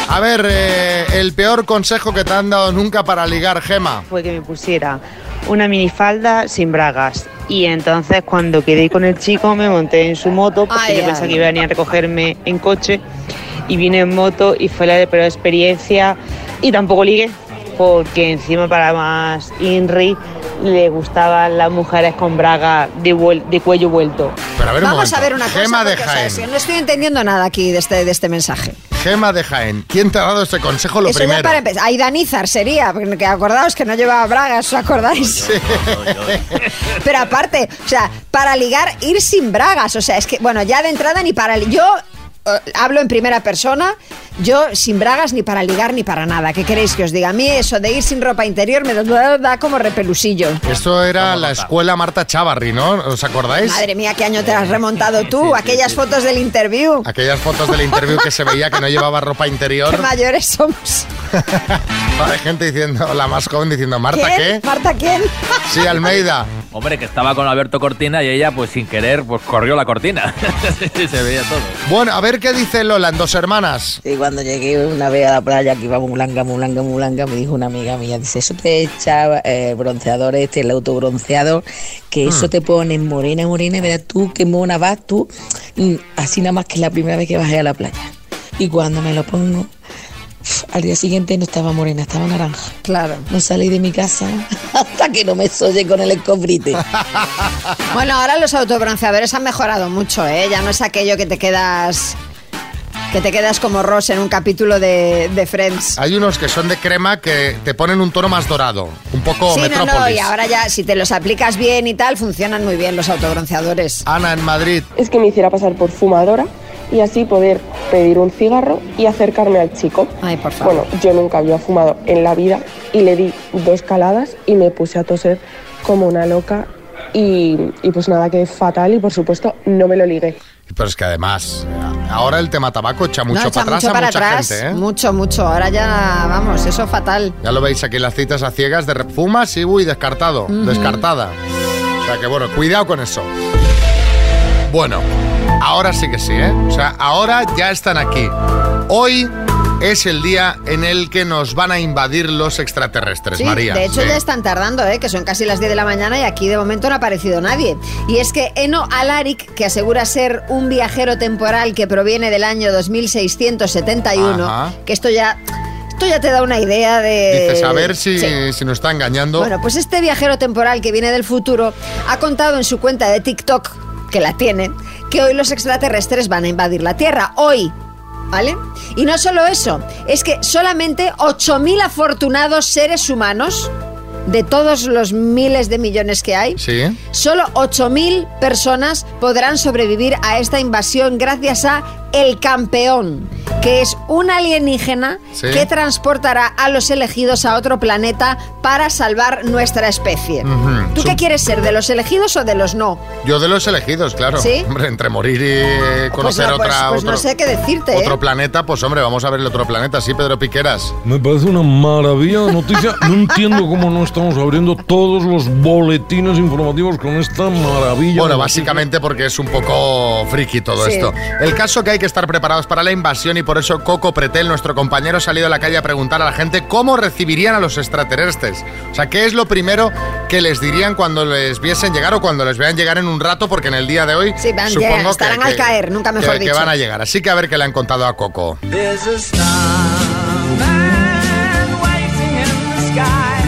[SPEAKER 3] A ver, eh, el peor consejo que te han dado nunca para ligar, Gema.
[SPEAKER 10] fue que me pusiera una minifalda sin bragas. Y entonces cuando quedé con el chico me monté en su moto porque
[SPEAKER 4] Ay,
[SPEAKER 10] yo
[SPEAKER 4] ay.
[SPEAKER 10] pensaba que iba a venir a recogerme en coche y vine en moto y fue la de peor experiencia y tampoco ligué porque encima para más Inri le gustaban las mujeres con bragas de, vuel- de cuello vuelto.
[SPEAKER 3] Pero a ver, un
[SPEAKER 4] Vamos a
[SPEAKER 3] momento.
[SPEAKER 4] ver una cosa,
[SPEAKER 3] Gema de
[SPEAKER 4] porque, o sea,
[SPEAKER 3] Jaén.
[SPEAKER 4] si no estoy entendiendo nada aquí de este, de este mensaje.
[SPEAKER 3] Gema de Jaén, ¿quién te ha dado este consejo lo
[SPEAKER 4] Eso
[SPEAKER 3] primero?
[SPEAKER 4] ya para empezar. Aidanizar sería, porque acordaos que no llevaba bragas, ¿os acordáis? Pero aparte, o sea, para ligar, ir sin bragas. O sea, es que, bueno, ya de entrada ni para. Yo eh, hablo en primera persona, yo sin bragas ni para ligar ni para nada. ¿Qué queréis que os diga? A mí eso de ir sin ropa interior me da, da como repelusillo.
[SPEAKER 3] Esto era la escuela Marta Chavarri, ¿no? ¿Os acordáis?
[SPEAKER 4] Madre mía, qué año te has remontado tú. Aquellas fotos del interview.
[SPEAKER 3] Aquellas fotos del interview que se veía que no llevaba ropa interior.
[SPEAKER 4] Qué mayores somos.
[SPEAKER 3] Hay gente diciendo, la más joven diciendo, Marta, ¿qué?
[SPEAKER 4] ¿Quién? ¿Marta quién?
[SPEAKER 3] Sí, Almeida.
[SPEAKER 7] Hombre, que estaba con Alberto Cortina y ella, pues sin querer, pues corrió la cortina. Sí, Se veía todo.
[SPEAKER 3] Bueno, a ver qué dice Lola en dos hermanas.
[SPEAKER 18] Sí, cuando llegué una vez a la playa que iba muy blanca, muy blanca, muy blanca, me dijo una amiga mía, dice, eso te echa eh, bronceador este, el autobronceador, que eso te pone morena, morena, verás tú qué mona vas tú, Mm, así nada más que la primera vez que bajé a la playa. Y cuando me lo pongo, al día siguiente no estaba morena, estaba naranja.
[SPEAKER 4] Claro.
[SPEAKER 18] No salí de mi casa hasta que no me solle con el escobrite.
[SPEAKER 4] Bueno, ahora los autobronceadores han mejorado mucho, ¿eh? Ya no es aquello que te quedas. que te quedas como Ross en un capítulo de, de Friends.
[SPEAKER 3] Hay unos que son de crema que te ponen un tono más dorado, un poco
[SPEAKER 4] sí, no,
[SPEAKER 3] metrópolis.
[SPEAKER 4] no, y ahora ya, si te los aplicas bien y tal, funcionan muy bien los autobronceadores.
[SPEAKER 3] Ana, en Madrid.
[SPEAKER 19] es que me hiciera pasar por fumadora y así poder pedir un cigarro y acercarme al chico. Bueno, yo nunca había fumado en la vida y le di dos caladas y me puse a toser como una loca y, y pues nada, quedé fatal y por supuesto no me lo ligué.
[SPEAKER 3] Pero es que además, eh, ahora el tema tabaco echa mucho
[SPEAKER 4] No, echa
[SPEAKER 3] para atrás
[SPEAKER 4] mucho
[SPEAKER 3] a
[SPEAKER 4] para
[SPEAKER 3] mucha
[SPEAKER 4] atrás,
[SPEAKER 3] gente, ¿eh?
[SPEAKER 4] mucho, mucho. Ahora ya, vamos, eso fatal.
[SPEAKER 3] Ya lo veis aquí en las citas a ciegas de re- fumas y uy, descartado, descartada. O sea que bueno, cuidado con eso. Bueno, ahora sí que sí, ¿eh? O sea, ahora ya están aquí. Hoy es el día en el que nos van a invadir los extraterrestres,
[SPEAKER 4] Sí,
[SPEAKER 3] María.
[SPEAKER 4] de hecho
[SPEAKER 3] Sí.
[SPEAKER 4] ya están tardando, ¿eh? que son casi las 10 de la mañana y aquí de momento no ha aparecido nadie. Y es que Eno Alaric, que asegura ser un viajero temporal que proviene del año 2671,
[SPEAKER 3] Ajá.
[SPEAKER 4] que esto ya, esto ya te da una idea de...
[SPEAKER 3] Dices, a ver si,
[SPEAKER 4] Sí.
[SPEAKER 3] si nos está engañando.
[SPEAKER 4] Bueno, pues este viajero temporal que viene del futuro ha contado en su cuenta de TikTok, que la tiene, que hoy los extraterrestres van a invadir la Tierra. Hoy. ¿Vale? Y no solo eso, es que solamente 8.000 afortunados seres humanos de todos los miles de millones que hay,
[SPEAKER 3] Sí.
[SPEAKER 4] Solo 8.000 personas podrán sobrevivir a esta invasión gracias a El Campeón, que es un alienígena
[SPEAKER 14] Sí.
[SPEAKER 4] que transportará a los elegidos a otro planeta para salvar nuestra especie.
[SPEAKER 3] Ujú.
[SPEAKER 4] ¿Tú qué quieres ser, de los elegidos o de los no?
[SPEAKER 3] Yo de los elegidos, claro.
[SPEAKER 4] ¿Sí?
[SPEAKER 3] Hombre, entre morir y conocer
[SPEAKER 4] pues no, pues-
[SPEAKER 3] otra,
[SPEAKER 4] pues
[SPEAKER 3] otro,
[SPEAKER 4] no sé qué decirte, ¿eh?
[SPEAKER 3] otro planeta, pues hombre, vamos a ver el otro planeta. Sí, Pedro Piqueras.
[SPEAKER 12] Me parece una maravilla de noticia. No entiendo cómo no estamos abriendo todos los boletines informativos con esta maravilla.
[SPEAKER 3] Bueno, básicamente porque es un poco friki todo
[SPEAKER 12] Sí.
[SPEAKER 3] esto. El caso que hay que estar preparados para la invasión y por eso Coco Pretel, nuestro compañero, ha salido a la calle a preguntar a la gente cómo recibirían a los extraterrestres. O sea, ¿qué es lo primero que les dirían cuando les viesen llegar o cuando les vean llegar en un rato? Porque en el día de hoy
[SPEAKER 4] Sí, van-
[SPEAKER 3] supongo
[SPEAKER 4] llegan,
[SPEAKER 3] que-
[SPEAKER 4] estarán
[SPEAKER 3] que,
[SPEAKER 4] al caer, nunca mejor
[SPEAKER 3] que- que
[SPEAKER 4] dicho.
[SPEAKER 3] van a llegar. Así que a ver qué le han contado a Coco.
[SPEAKER 2] There's a starman waiting in the sky.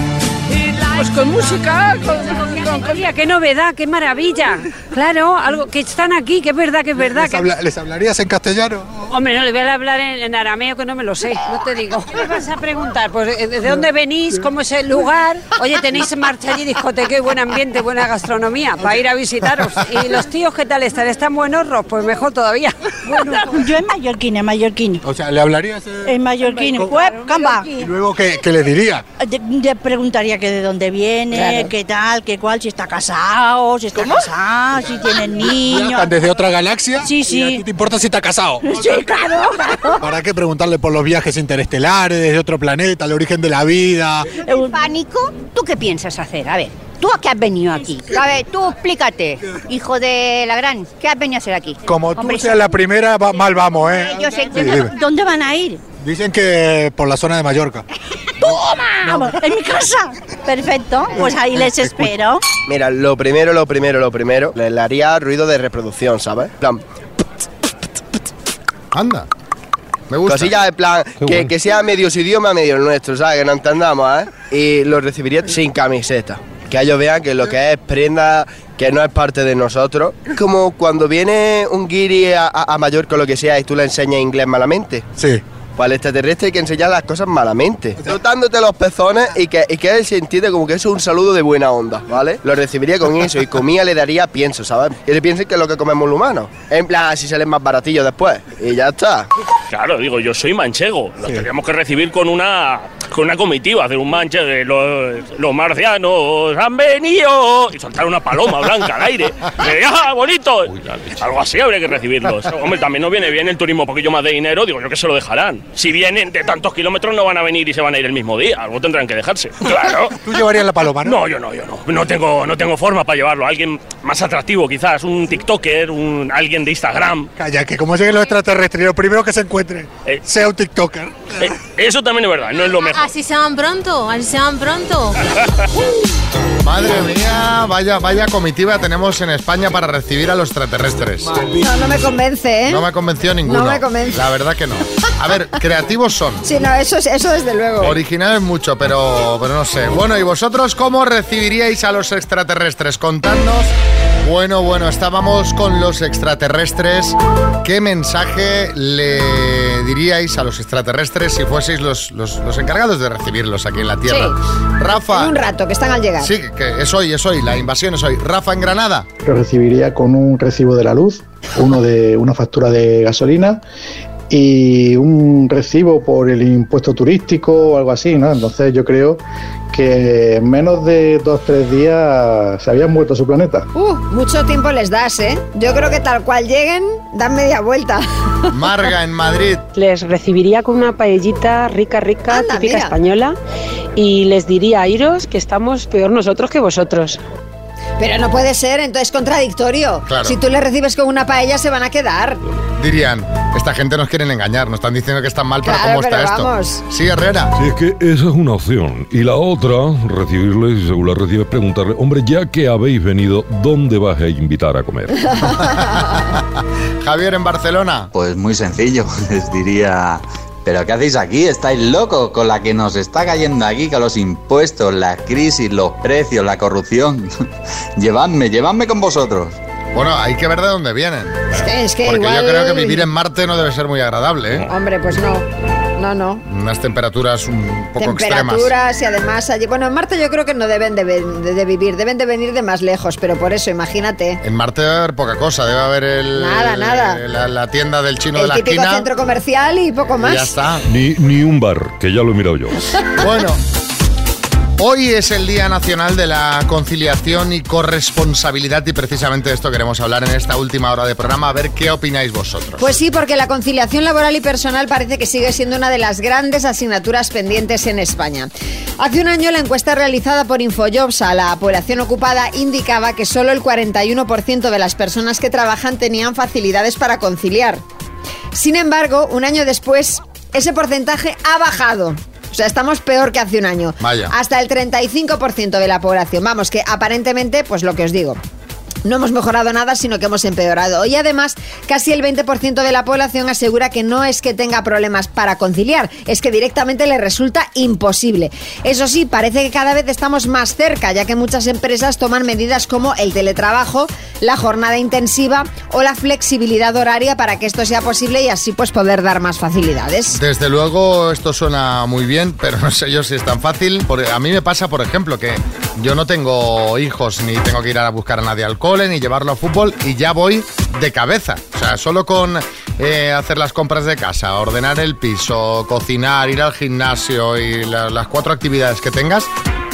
[SPEAKER 2] He'd like
[SPEAKER 17] Pues con música, con, con- con- con- mira, qué novedad, qué maravilla. Claro, algo que están aquí, que es verdad, que es verdad.
[SPEAKER 20] ¿Les,
[SPEAKER 17] que-
[SPEAKER 20] habla- les hablarías en castellano?
[SPEAKER 17] Hombre, no le voy a hablar en, en arameo que no me lo sé, no te digo. ¿Qué me vas a preguntar? Pues eh, ¿de dónde venís? ¿Cómo es el lugar? Oye, tenéis marcha allí, discoteque, buen ambiente, buena gastronomía, para ir a visitaros. ¿Y los tíos qué tal están? ¿Están buenos, Ros? Pues mejor todavía. Bueno, yo en mallorquina, mallorquina.
[SPEAKER 20] O sea, ¿le hablarías? eh?
[SPEAKER 17] En mallorquín, pues, camba.
[SPEAKER 20] ¿Y luego qué, qué les dirías?
[SPEAKER 17] Le Eh, preguntaría que de dónde viene,
[SPEAKER 20] Claro.
[SPEAKER 17] qué tal, qué cual, si está casado, si está casado, si tiene niños.
[SPEAKER 20] ¿Viajan desde otra galaxia?
[SPEAKER 17] Sí,
[SPEAKER 20] Ah, ¿Y a ti
[SPEAKER 17] sí.
[SPEAKER 20] te importa si está casado?
[SPEAKER 17] Sí, claro.
[SPEAKER 20] ¿Para qué preguntarle por los viajes interestelares, desde otro planeta, el origen de la vida?
[SPEAKER 17] Eh,
[SPEAKER 21] pánico, ¿tú qué piensas hacer? A ver, ¿tú a qué has venido aquí? A ver, tú explícate, hijo de la gran, ¿qué has venido a hacer aquí?
[SPEAKER 20] Como tú
[SPEAKER 21] Hombre,
[SPEAKER 20] seas la primera, va- mal vamos, ¿eh?
[SPEAKER 21] Yo sé,
[SPEAKER 20] Sí, dime.
[SPEAKER 21] ¿dónde van a ir?
[SPEAKER 20] Dicen que por la zona de Mallorca.
[SPEAKER 17] Ah,
[SPEAKER 21] ¡Toma! En mi casa. Perfecto, pues ahí les espero.
[SPEAKER 22] Mira, lo primero, lo primero, lo primero, le, le haría ruido de reproducción, ¿sabes? En plan.
[SPEAKER 3] Anda. Me gusta.
[SPEAKER 22] Cosillas en plan, que,
[SPEAKER 3] bueno.
[SPEAKER 22] que sea medio su idioma, medio el nuestro, ¿sabes? Que no entendamos, ¿eh? Y lo recibiría sin camiseta. Que ellos vean que lo que es prenda, que no es parte de nosotros. Como cuando viene un guiri a, a, a Mallorca o lo que sea y tú le enseñas inglés malamente.
[SPEAKER 20] Sí.
[SPEAKER 22] Pues al extraterrestre hay que enseñar las cosas malamente. Frotándote los pezones y que, y que él se entiende como que eso es un saludo de buena onda, ¿vale? Lo recibiría con eso y comida le daría pienso, ¿sabes? Y le piensen que es lo que comemos los humanos. En plan, así salen más baratillos después. Y ya está.
[SPEAKER 23] Claro, digo, yo soy manchego. Los teníamos que recibir con una con una comitiva, hacer un manche los, los marcianos han venido y soltar una paloma blanca al aire. Eh, ¡Ah, bonito! Algo así habría que recibirlos. Hombre, también no viene bien el turismo, porque yo más de dinero, digo yo que se lo dejarán. Si vienen de tantos kilómetros no van a venir y se van a ir el mismo día, algo tendrán que dejarse. Claro.
[SPEAKER 20] ¿Tú llevarías la paloma, no?
[SPEAKER 23] No, yo no, yo no. No tengo, no tengo forma para llevarlo. Alguien más atractivo quizás, un TikToker, un, alguien de Instagram.
[SPEAKER 20] Calla, que como lleguen los extraterrestres, lo primero que se encuentren sea un TikToker.
[SPEAKER 23] Eh, eso también es verdad, no es lo mejor.
[SPEAKER 31] Así se van pronto, así se van pronto.
[SPEAKER 3] Madre mía, vaya, vaya comitiva tenemos en España para recibir a los extraterrestres.
[SPEAKER 4] No, no me convence, ¿eh?
[SPEAKER 3] No me convenció ninguno.
[SPEAKER 4] No me convence.
[SPEAKER 3] La verdad que no. A ver, creativos son.
[SPEAKER 4] Sí, no, eso, es- eso desde luego.
[SPEAKER 3] Original es mucho, pero, pero no sé. Bueno, ¿y vosotros cómo recibiríais a los extraterrestres? Contadnos. Bueno, bueno, estábamos con los extraterrestres. ¿Qué mensaje le diríais a los extraterrestres si fueseis los, los- los encargados de recibirlos aquí en la Tierra? Rafa.
[SPEAKER 4] En un rato, que están al llegar.
[SPEAKER 3] Sí, que es hoy, es hoy, la invasión es hoy. Rafa en Granada.
[SPEAKER 32] Lo recibiría con un recibo de la luz, uno de una factura de gasolina y un recibo por el impuesto turístico o algo así, ¿no? Entonces yo creo que en menos de dos tres días se habían muerto a su planeta.
[SPEAKER 4] Uh, mucho tiempo les das, ¿eh? Yo creo que tal cual lleguen, dan media vuelta.
[SPEAKER 3] Marga en Madrid.
[SPEAKER 33] Les recibiría con una paellita rica, rica, típica
[SPEAKER 4] mira.
[SPEAKER 33] española y les diría, iros, que estamos peor nosotros que vosotros.
[SPEAKER 4] Pero no puede ser, entonces contradictorio.
[SPEAKER 3] Claro.
[SPEAKER 4] Si tú le recibes con una paella, se van a quedar.
[SPEAKER 3] Dirían, esta gente nos quieren engañar, nos están diciendo que están mal, pero
[SPEAKER 4] Claro,
[SPEAKER 3] ¿cómo está
[SPEAKER 4] pero
[SPEAKER 3] esto?
[SPEAKER 4] vamos.
[SPEAKER 3] Sí, Herrera.
[SPEAKER 12] Sí, es que esa es una opción. Y la otra, recibirle, si según la recibes, preguntarle, hombre, ya que habéis venido, ¿dónde vas a invitar a comer?
[SPEAKER 3] Javier en Barcelona.
[SPEAKER 34] Pues muy sencillo, les diría, pero ¿qué hacéis aquí? ¿Estáis locos con la que nos está cayendo aquí, con los impuestos, la crisis, los precios, la corrupción? llevadme, llevadme con vosotros.
[SPEAKER 3] Bueno, hay que ver de dónde vienen.
[SPEAKER 4] Es que
[SPEAKER 3] Porque
[SPEAKER 4] igual...
[SPEAKER 3] yo creo que vivir en Marte no debe ser muy agradable, ¿eh?
[SPEAKER 4] Hombre, pues no. no, no.
[SPEAKER 3] Unas temperaturas un poco extremas.
[SPEAKER 4] Temperaturas y además allí. Bueno, en Marte yo creo que no deben de, ven- de- de vivir, deben de venir de más lejos, pero por eso, imagínate.
[SPEAKER 3] En Marte debe haber poca cosa, debe haber el,
[SPEAKER 4] Nada, nada.
[SPEAKER 3] La, la tienda del chino de
[SPEAKER 4] El
[SPEAKER 3] la
[SPEAKER 4] típico
[SPEAKER 3] esquina.
[SPEAKER 4] centro comercial y poco más.
[SPEAKER 3] ya está.
[SPEAKER 12] Ni, ni un bar, que ya lo he mirado yo.
[SPEAKER 3] Bueno, hoy es el Día Nacional de la Conciliación y Corresponsabilidad y precisamente de esto queremos hablar en esta última hora de programa, a ver qué opináis vosotros.
[SPEAKER 4] Pues sí, porque la conciliación laboral y personal parece que sigue siendo una de las grandes asignaturas pendientes en España. Hace un año la encuesta realizada por Infojobs a la población ocupada indicaba que solo el 41% de las personas que trabajan tenían facilidades para conciliar. Sin embargo, un año después, ese porcentaje ha bajado. O sea, estamos peor que hace un año.
[SPEAKER 2] Vaya.
[SPEAKER 4] Hasta el 35% de la población. Vamos, que aparentemente, pues lo que os digo. No hemos mejorado nada, sino que hemos empeorado. Y además, casi el 20% de la población asegura que no es que tenga problemas para conciliar, es que directamente le resulta imposible. Eso sí, parece que cada vez estamos más cerca, ya que muchas empresas toman medidas como el teletrabajo, la jornada intensiva o la flexibilidad horaria para que esto sea posible y así pues poder dar más facilidades.
[SPEAKER 3] Desde luego esto suena muy bien, pero no sé yo si es tan fácil. Porque a mí me pasa, por ejemplo, que yo no tengo hijos, ni tengo que ir a buscar a nadie al cole, ni llevarlo a fútbol, y ya voy de cabeza. O sea, solo con eh, hacer las compras de casa, ordenar el piso, cocinar, ir al gimnasio y la- las cuatro actividades que tengas,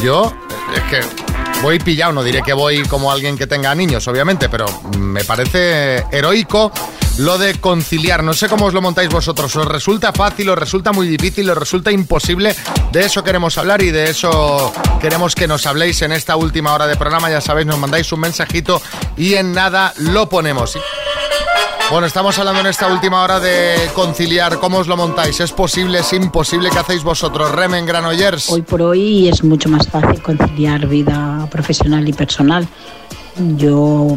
[SPEAKER 3] yo eh, es que voy pillado. No diré que voy como alguien que tenga niños, obviamente, pero me parece heroico lo de conciliar, no sé cómo os lo montáis vosotros. ¿Os resulta fácil, os resulta muy difícil, os resulta imposible? De eso queremos hablar y de eso queremos que nos habléis en esta última hora de programa. Ya sabéis, nos mandáis un mensajito y en nada lo ponemos. Bueno, estamos hablando en esta última hora de conciliar. ¿Cómo os lo montáis? ¿Es posible? ¿Es imposible? ¿Qué hacéis vosotros? Remen Granollers.
[SPEAKER 1] Hoy por hoy es mucho más fácil conciliar vida profesional y personal. Yo,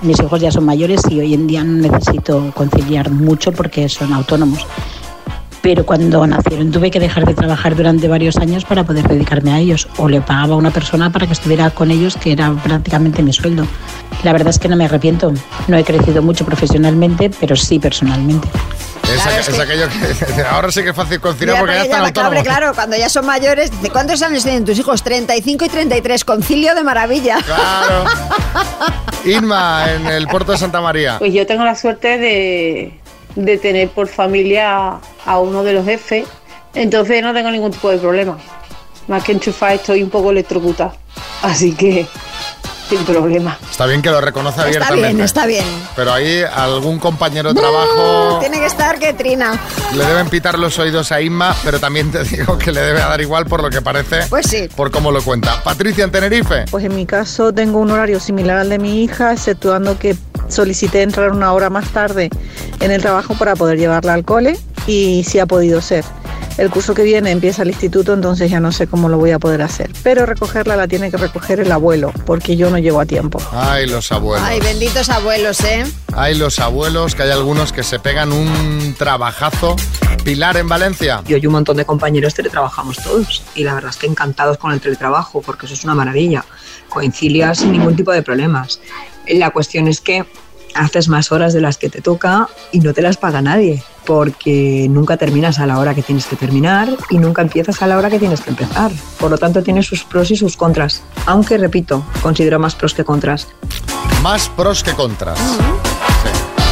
[SPEAKER 1] mis hijos ya son mayores y hoy en día no necesito conciliar mucho porque son autónomos. Pero cuando nacieron tuve que dejar de trabajar durante varios años para poder dedicarme a ellos. O le pagaba a una persona para que estuviera con ellos, que era prácticamente mi sueldo. La verdad es que no me arrepiento. No he crecido mucho profesionalmente, pero sí personalmente.
[SPEAKER 3] Es, aqu- es aquello que ahora sí que es fácil conciliar
[SPEAKER 4] Ya,
[SPEAKER 3] porque ya
[SPEAKER 4] porque pues, ya
[SPEAKER 3] están
[SPEAKER 4] va- claro,
[SPEAKER 3] autónomos.
[SPEAKER 4] claro, cuando ya son mayores, dice, ¿cuántos años tienen tus hijos? 35 y 33, concilio de maravilla.
[SPEAKER 3] Claro. Irma, en el puerto de Santa María.
[SPEAKER 5] Pues yo tengo la suerte de, de tener por familia a uno de los jefes, entonces no tengo ningún tipo de problema. Más que enchufar estoy un poco electrocutada, así que sin problema.
[SPEAKER 3] Está bien que lo reconoce abiertamente.
[SPEAKER 5] bien, está
[SPEAKER 4] bien.
[SPEAKER 3] Pero ahí algún compañero de trabajo
[SPEAKER 4] Tiene que estar que trina.
[SPEAKER 3] le deben pitar los oídos a Inma, pero también te digo que le debe dar igual por lo que parece.
[SPEAKER 4] Pues sí.
[SPEAKER 3] Por cómo lo cuenta. Patricia en Tenerife.
[SPEAKER 6] Pues en mi caso tengo un horario similar al de mi hija, exceptuando que solicité entrar una hora más tarde en el trabajo para poder llevarla al cole y sí ha podido ser. El curso que viene empieza el instituto, entonces ya no sé cómo lo voy a poder hacer. Pero recogerla la tiene que recoger el abuelo, porque yo no llego a tiempo.
[SPEAKER 3] Ay, los abuelos.
[SPEAKER 4] Ay, benditos abuelos, ¿eh?
[SPEAKER 3] Ay, los abuelos, que hay algunos que se pegan un trabajazo. Pilar en Valencia.
[SPEAKER 28] Yo y un montón de compañeros teletrabajamos todos y la verdad es que encantados con el teletrabajo porque eso es una maravilla. Coincilia sin ningún tipo de problemas. La cuestión es que haces más horas de las que te toca y no te las paga nadie porque nunca terminas a la hora que tienes que terminar y nunca empiezas a la hora que tienes que empezar. Por lo tanto, tiene sus pros y sus contras. Aunque, repito, considero más pros que contras.
[SPEAKER 3] Más pros que contras.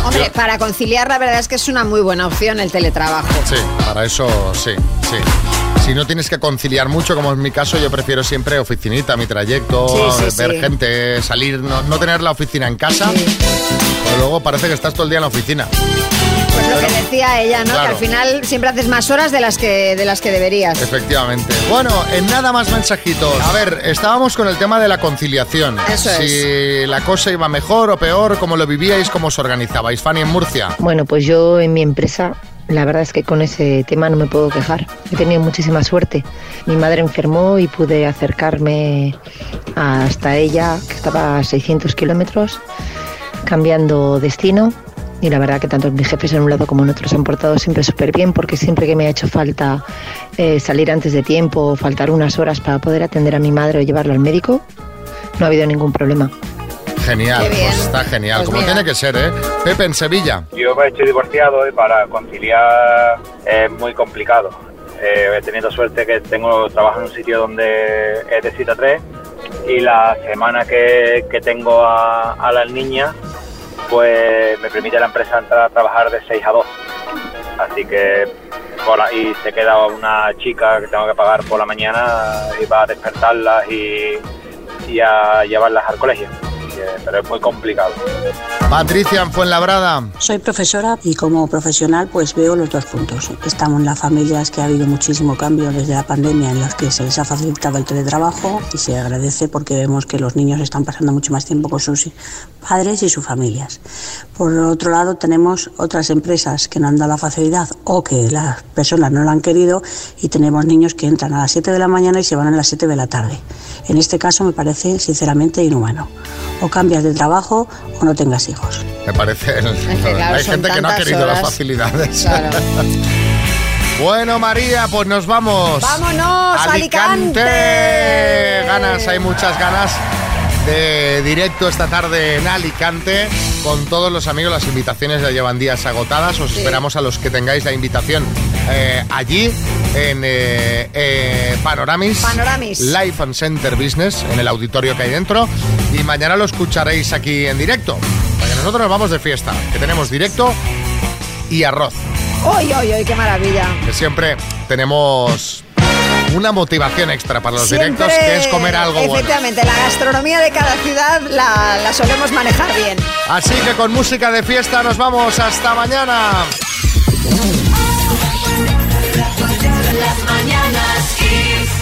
[SPEAKER 4] Hombre, para conciliar la verdad es que es una muy buena opción el teletrabajo.
[SPEAKER 3] Sí, para eso sí, sí. Si no tienes que conciliar mucho, como es mi caso, yo prefiero siempre oficinita, mi trayecto,
[SPEAKER 4] Sí, sí,
[SPEAKER 3] ver
[SPEAKER 4] sí.
[SPEAKER 3] gente, salir, no, no tener la oficina en casa. Pero luego parece que estás todo el día en la oficina.
[SPEAKER 4] Pues lo que decía ella, ¿no?
[SPEAKER 3] Claro.
[SPEAKER 4] Que al final siempre haces más horas de las que, de las que deberías.
[SPEAKER 3] Efectivamente. Bueno, en nada más mensajitos. A ver, estábamos con el tema de la conciliación.
[SPEAKER 4] Eso
[SPEAKER 3] si la cosa iba mejor o peor, cómo lo vivíais, cómo os organizabais. Fanny en Murcia.
[SPEAKER 11] Bueno, pues yo en mi empresa, la verdad es que con ese tema no me puedo quejar. He tenido muchísima suerte. Mi madre enfermó y pude acercarme hasta ella, que estaba a 600 kilómetros, cambiando destino. Y la verdad que tanto mis jefes en un lado como en otro se han portado siempre súper bien, porque siempre que me ha hecho falta eh, salir antes de tiempo o faltar unas horas para poder atender a mi madre o llevarlo al médico, no ha habido ningún problema.
[SPEAKER 3] Genial,
[SPEAKER 34] Qué bien.
[SPEAKER 3] pues está genial,
[SPEAKER 34] Pues
[SPEAKER 3] como
[SPEAKER 34] mira.
[SPEAKER 3] tiene que ser, ¿eh? Pepe en Sevilla.
[SPEAKER 34] Yo me estoy divorciado y para conciliar es muy complicado. Eh, he tenido suerte que tengo trabajo en un sitio donde es de cita 3 y la semana que, que tengo a, a las niñas, pues me permite la empresa entrar a trabajar de 6 a 2. Así que por ahí se queda una chica que tengo que pagar por la mañana y va a despertarlas y, y a llevarlas al colegio. Así que- Pero es muy complicado.
[SPEAKER 3] Patricia en Fuenlabrada.
[SPEAKER 30] Soy profesora y como profesional pues veo los dos puntos. Estamos en las familias que ha habido muchísimo cambio desde la pandemia en las que se les ha facilitado el teletrabajo y se agradece porque vemos que los niños están pasando mucho más tiempo con sus padres y sus familias. Por otro lado tenemos otras empresas que no han dado la facilidad o que las personas no la han querido y tenemos niños que entran a las 7 de la mañana y se van a las 7 de la tarde. En este caso me parece sinceramente inhumano. O cambias de trabajo o no tengas hijos.
[SPEAKER 3] Me parece.
[SPEAKER 30] claro,
[SPEAKER 3] Hay
[SPEAKER 30] son
[SPEAKER 3] gente que no ha
[SPEAKER 30] tantas
[SPEAKER 3] querido las
[SPEAKER 30] horas.
[SPEAKER 3] facilidades.
[SPEAKER 30] Claro.
[SPEAKER 3] bueno, María, pues nos vamos.
[SPEAKER 4] ¡Vámonos, Alicante!
[SPEAKER 3] Ganas, hay muchas ganas de directo esta tarde en Alicante con todos los amigos. Las invitaciones ya llevan días agotadas. Os esperamos a los que tengáis la invitación eh, allí en eh, eh, Panoramis.
[SPEAKER 4] Panoramis.
[SPEAKER 3] Life and Center Business en el auditorio que hay dentro. Y mañana lo escucharéis aquí en directo. Porque nosotros nos vamos de fiesta, que tenemos directo y arroz.
[SPEAKER 4] ¡Oy, oy, oy! ¡Qué maravilla!
[SPEAKER 3] Que siempre tenemos una motivación extra para los
[SPEAKER 4] Siempre,
[SPEAKER 3] directos, que es comer algo bueno.
[SPEAKER 4] Efectivamente, la gastronomía de cada ciudad la, la solemos manejar bien.
[SPEAKER 3] Así que con música de fiesta nos vamos hasta mañana.
[SPEAKER 2] Las mañanas Kiss.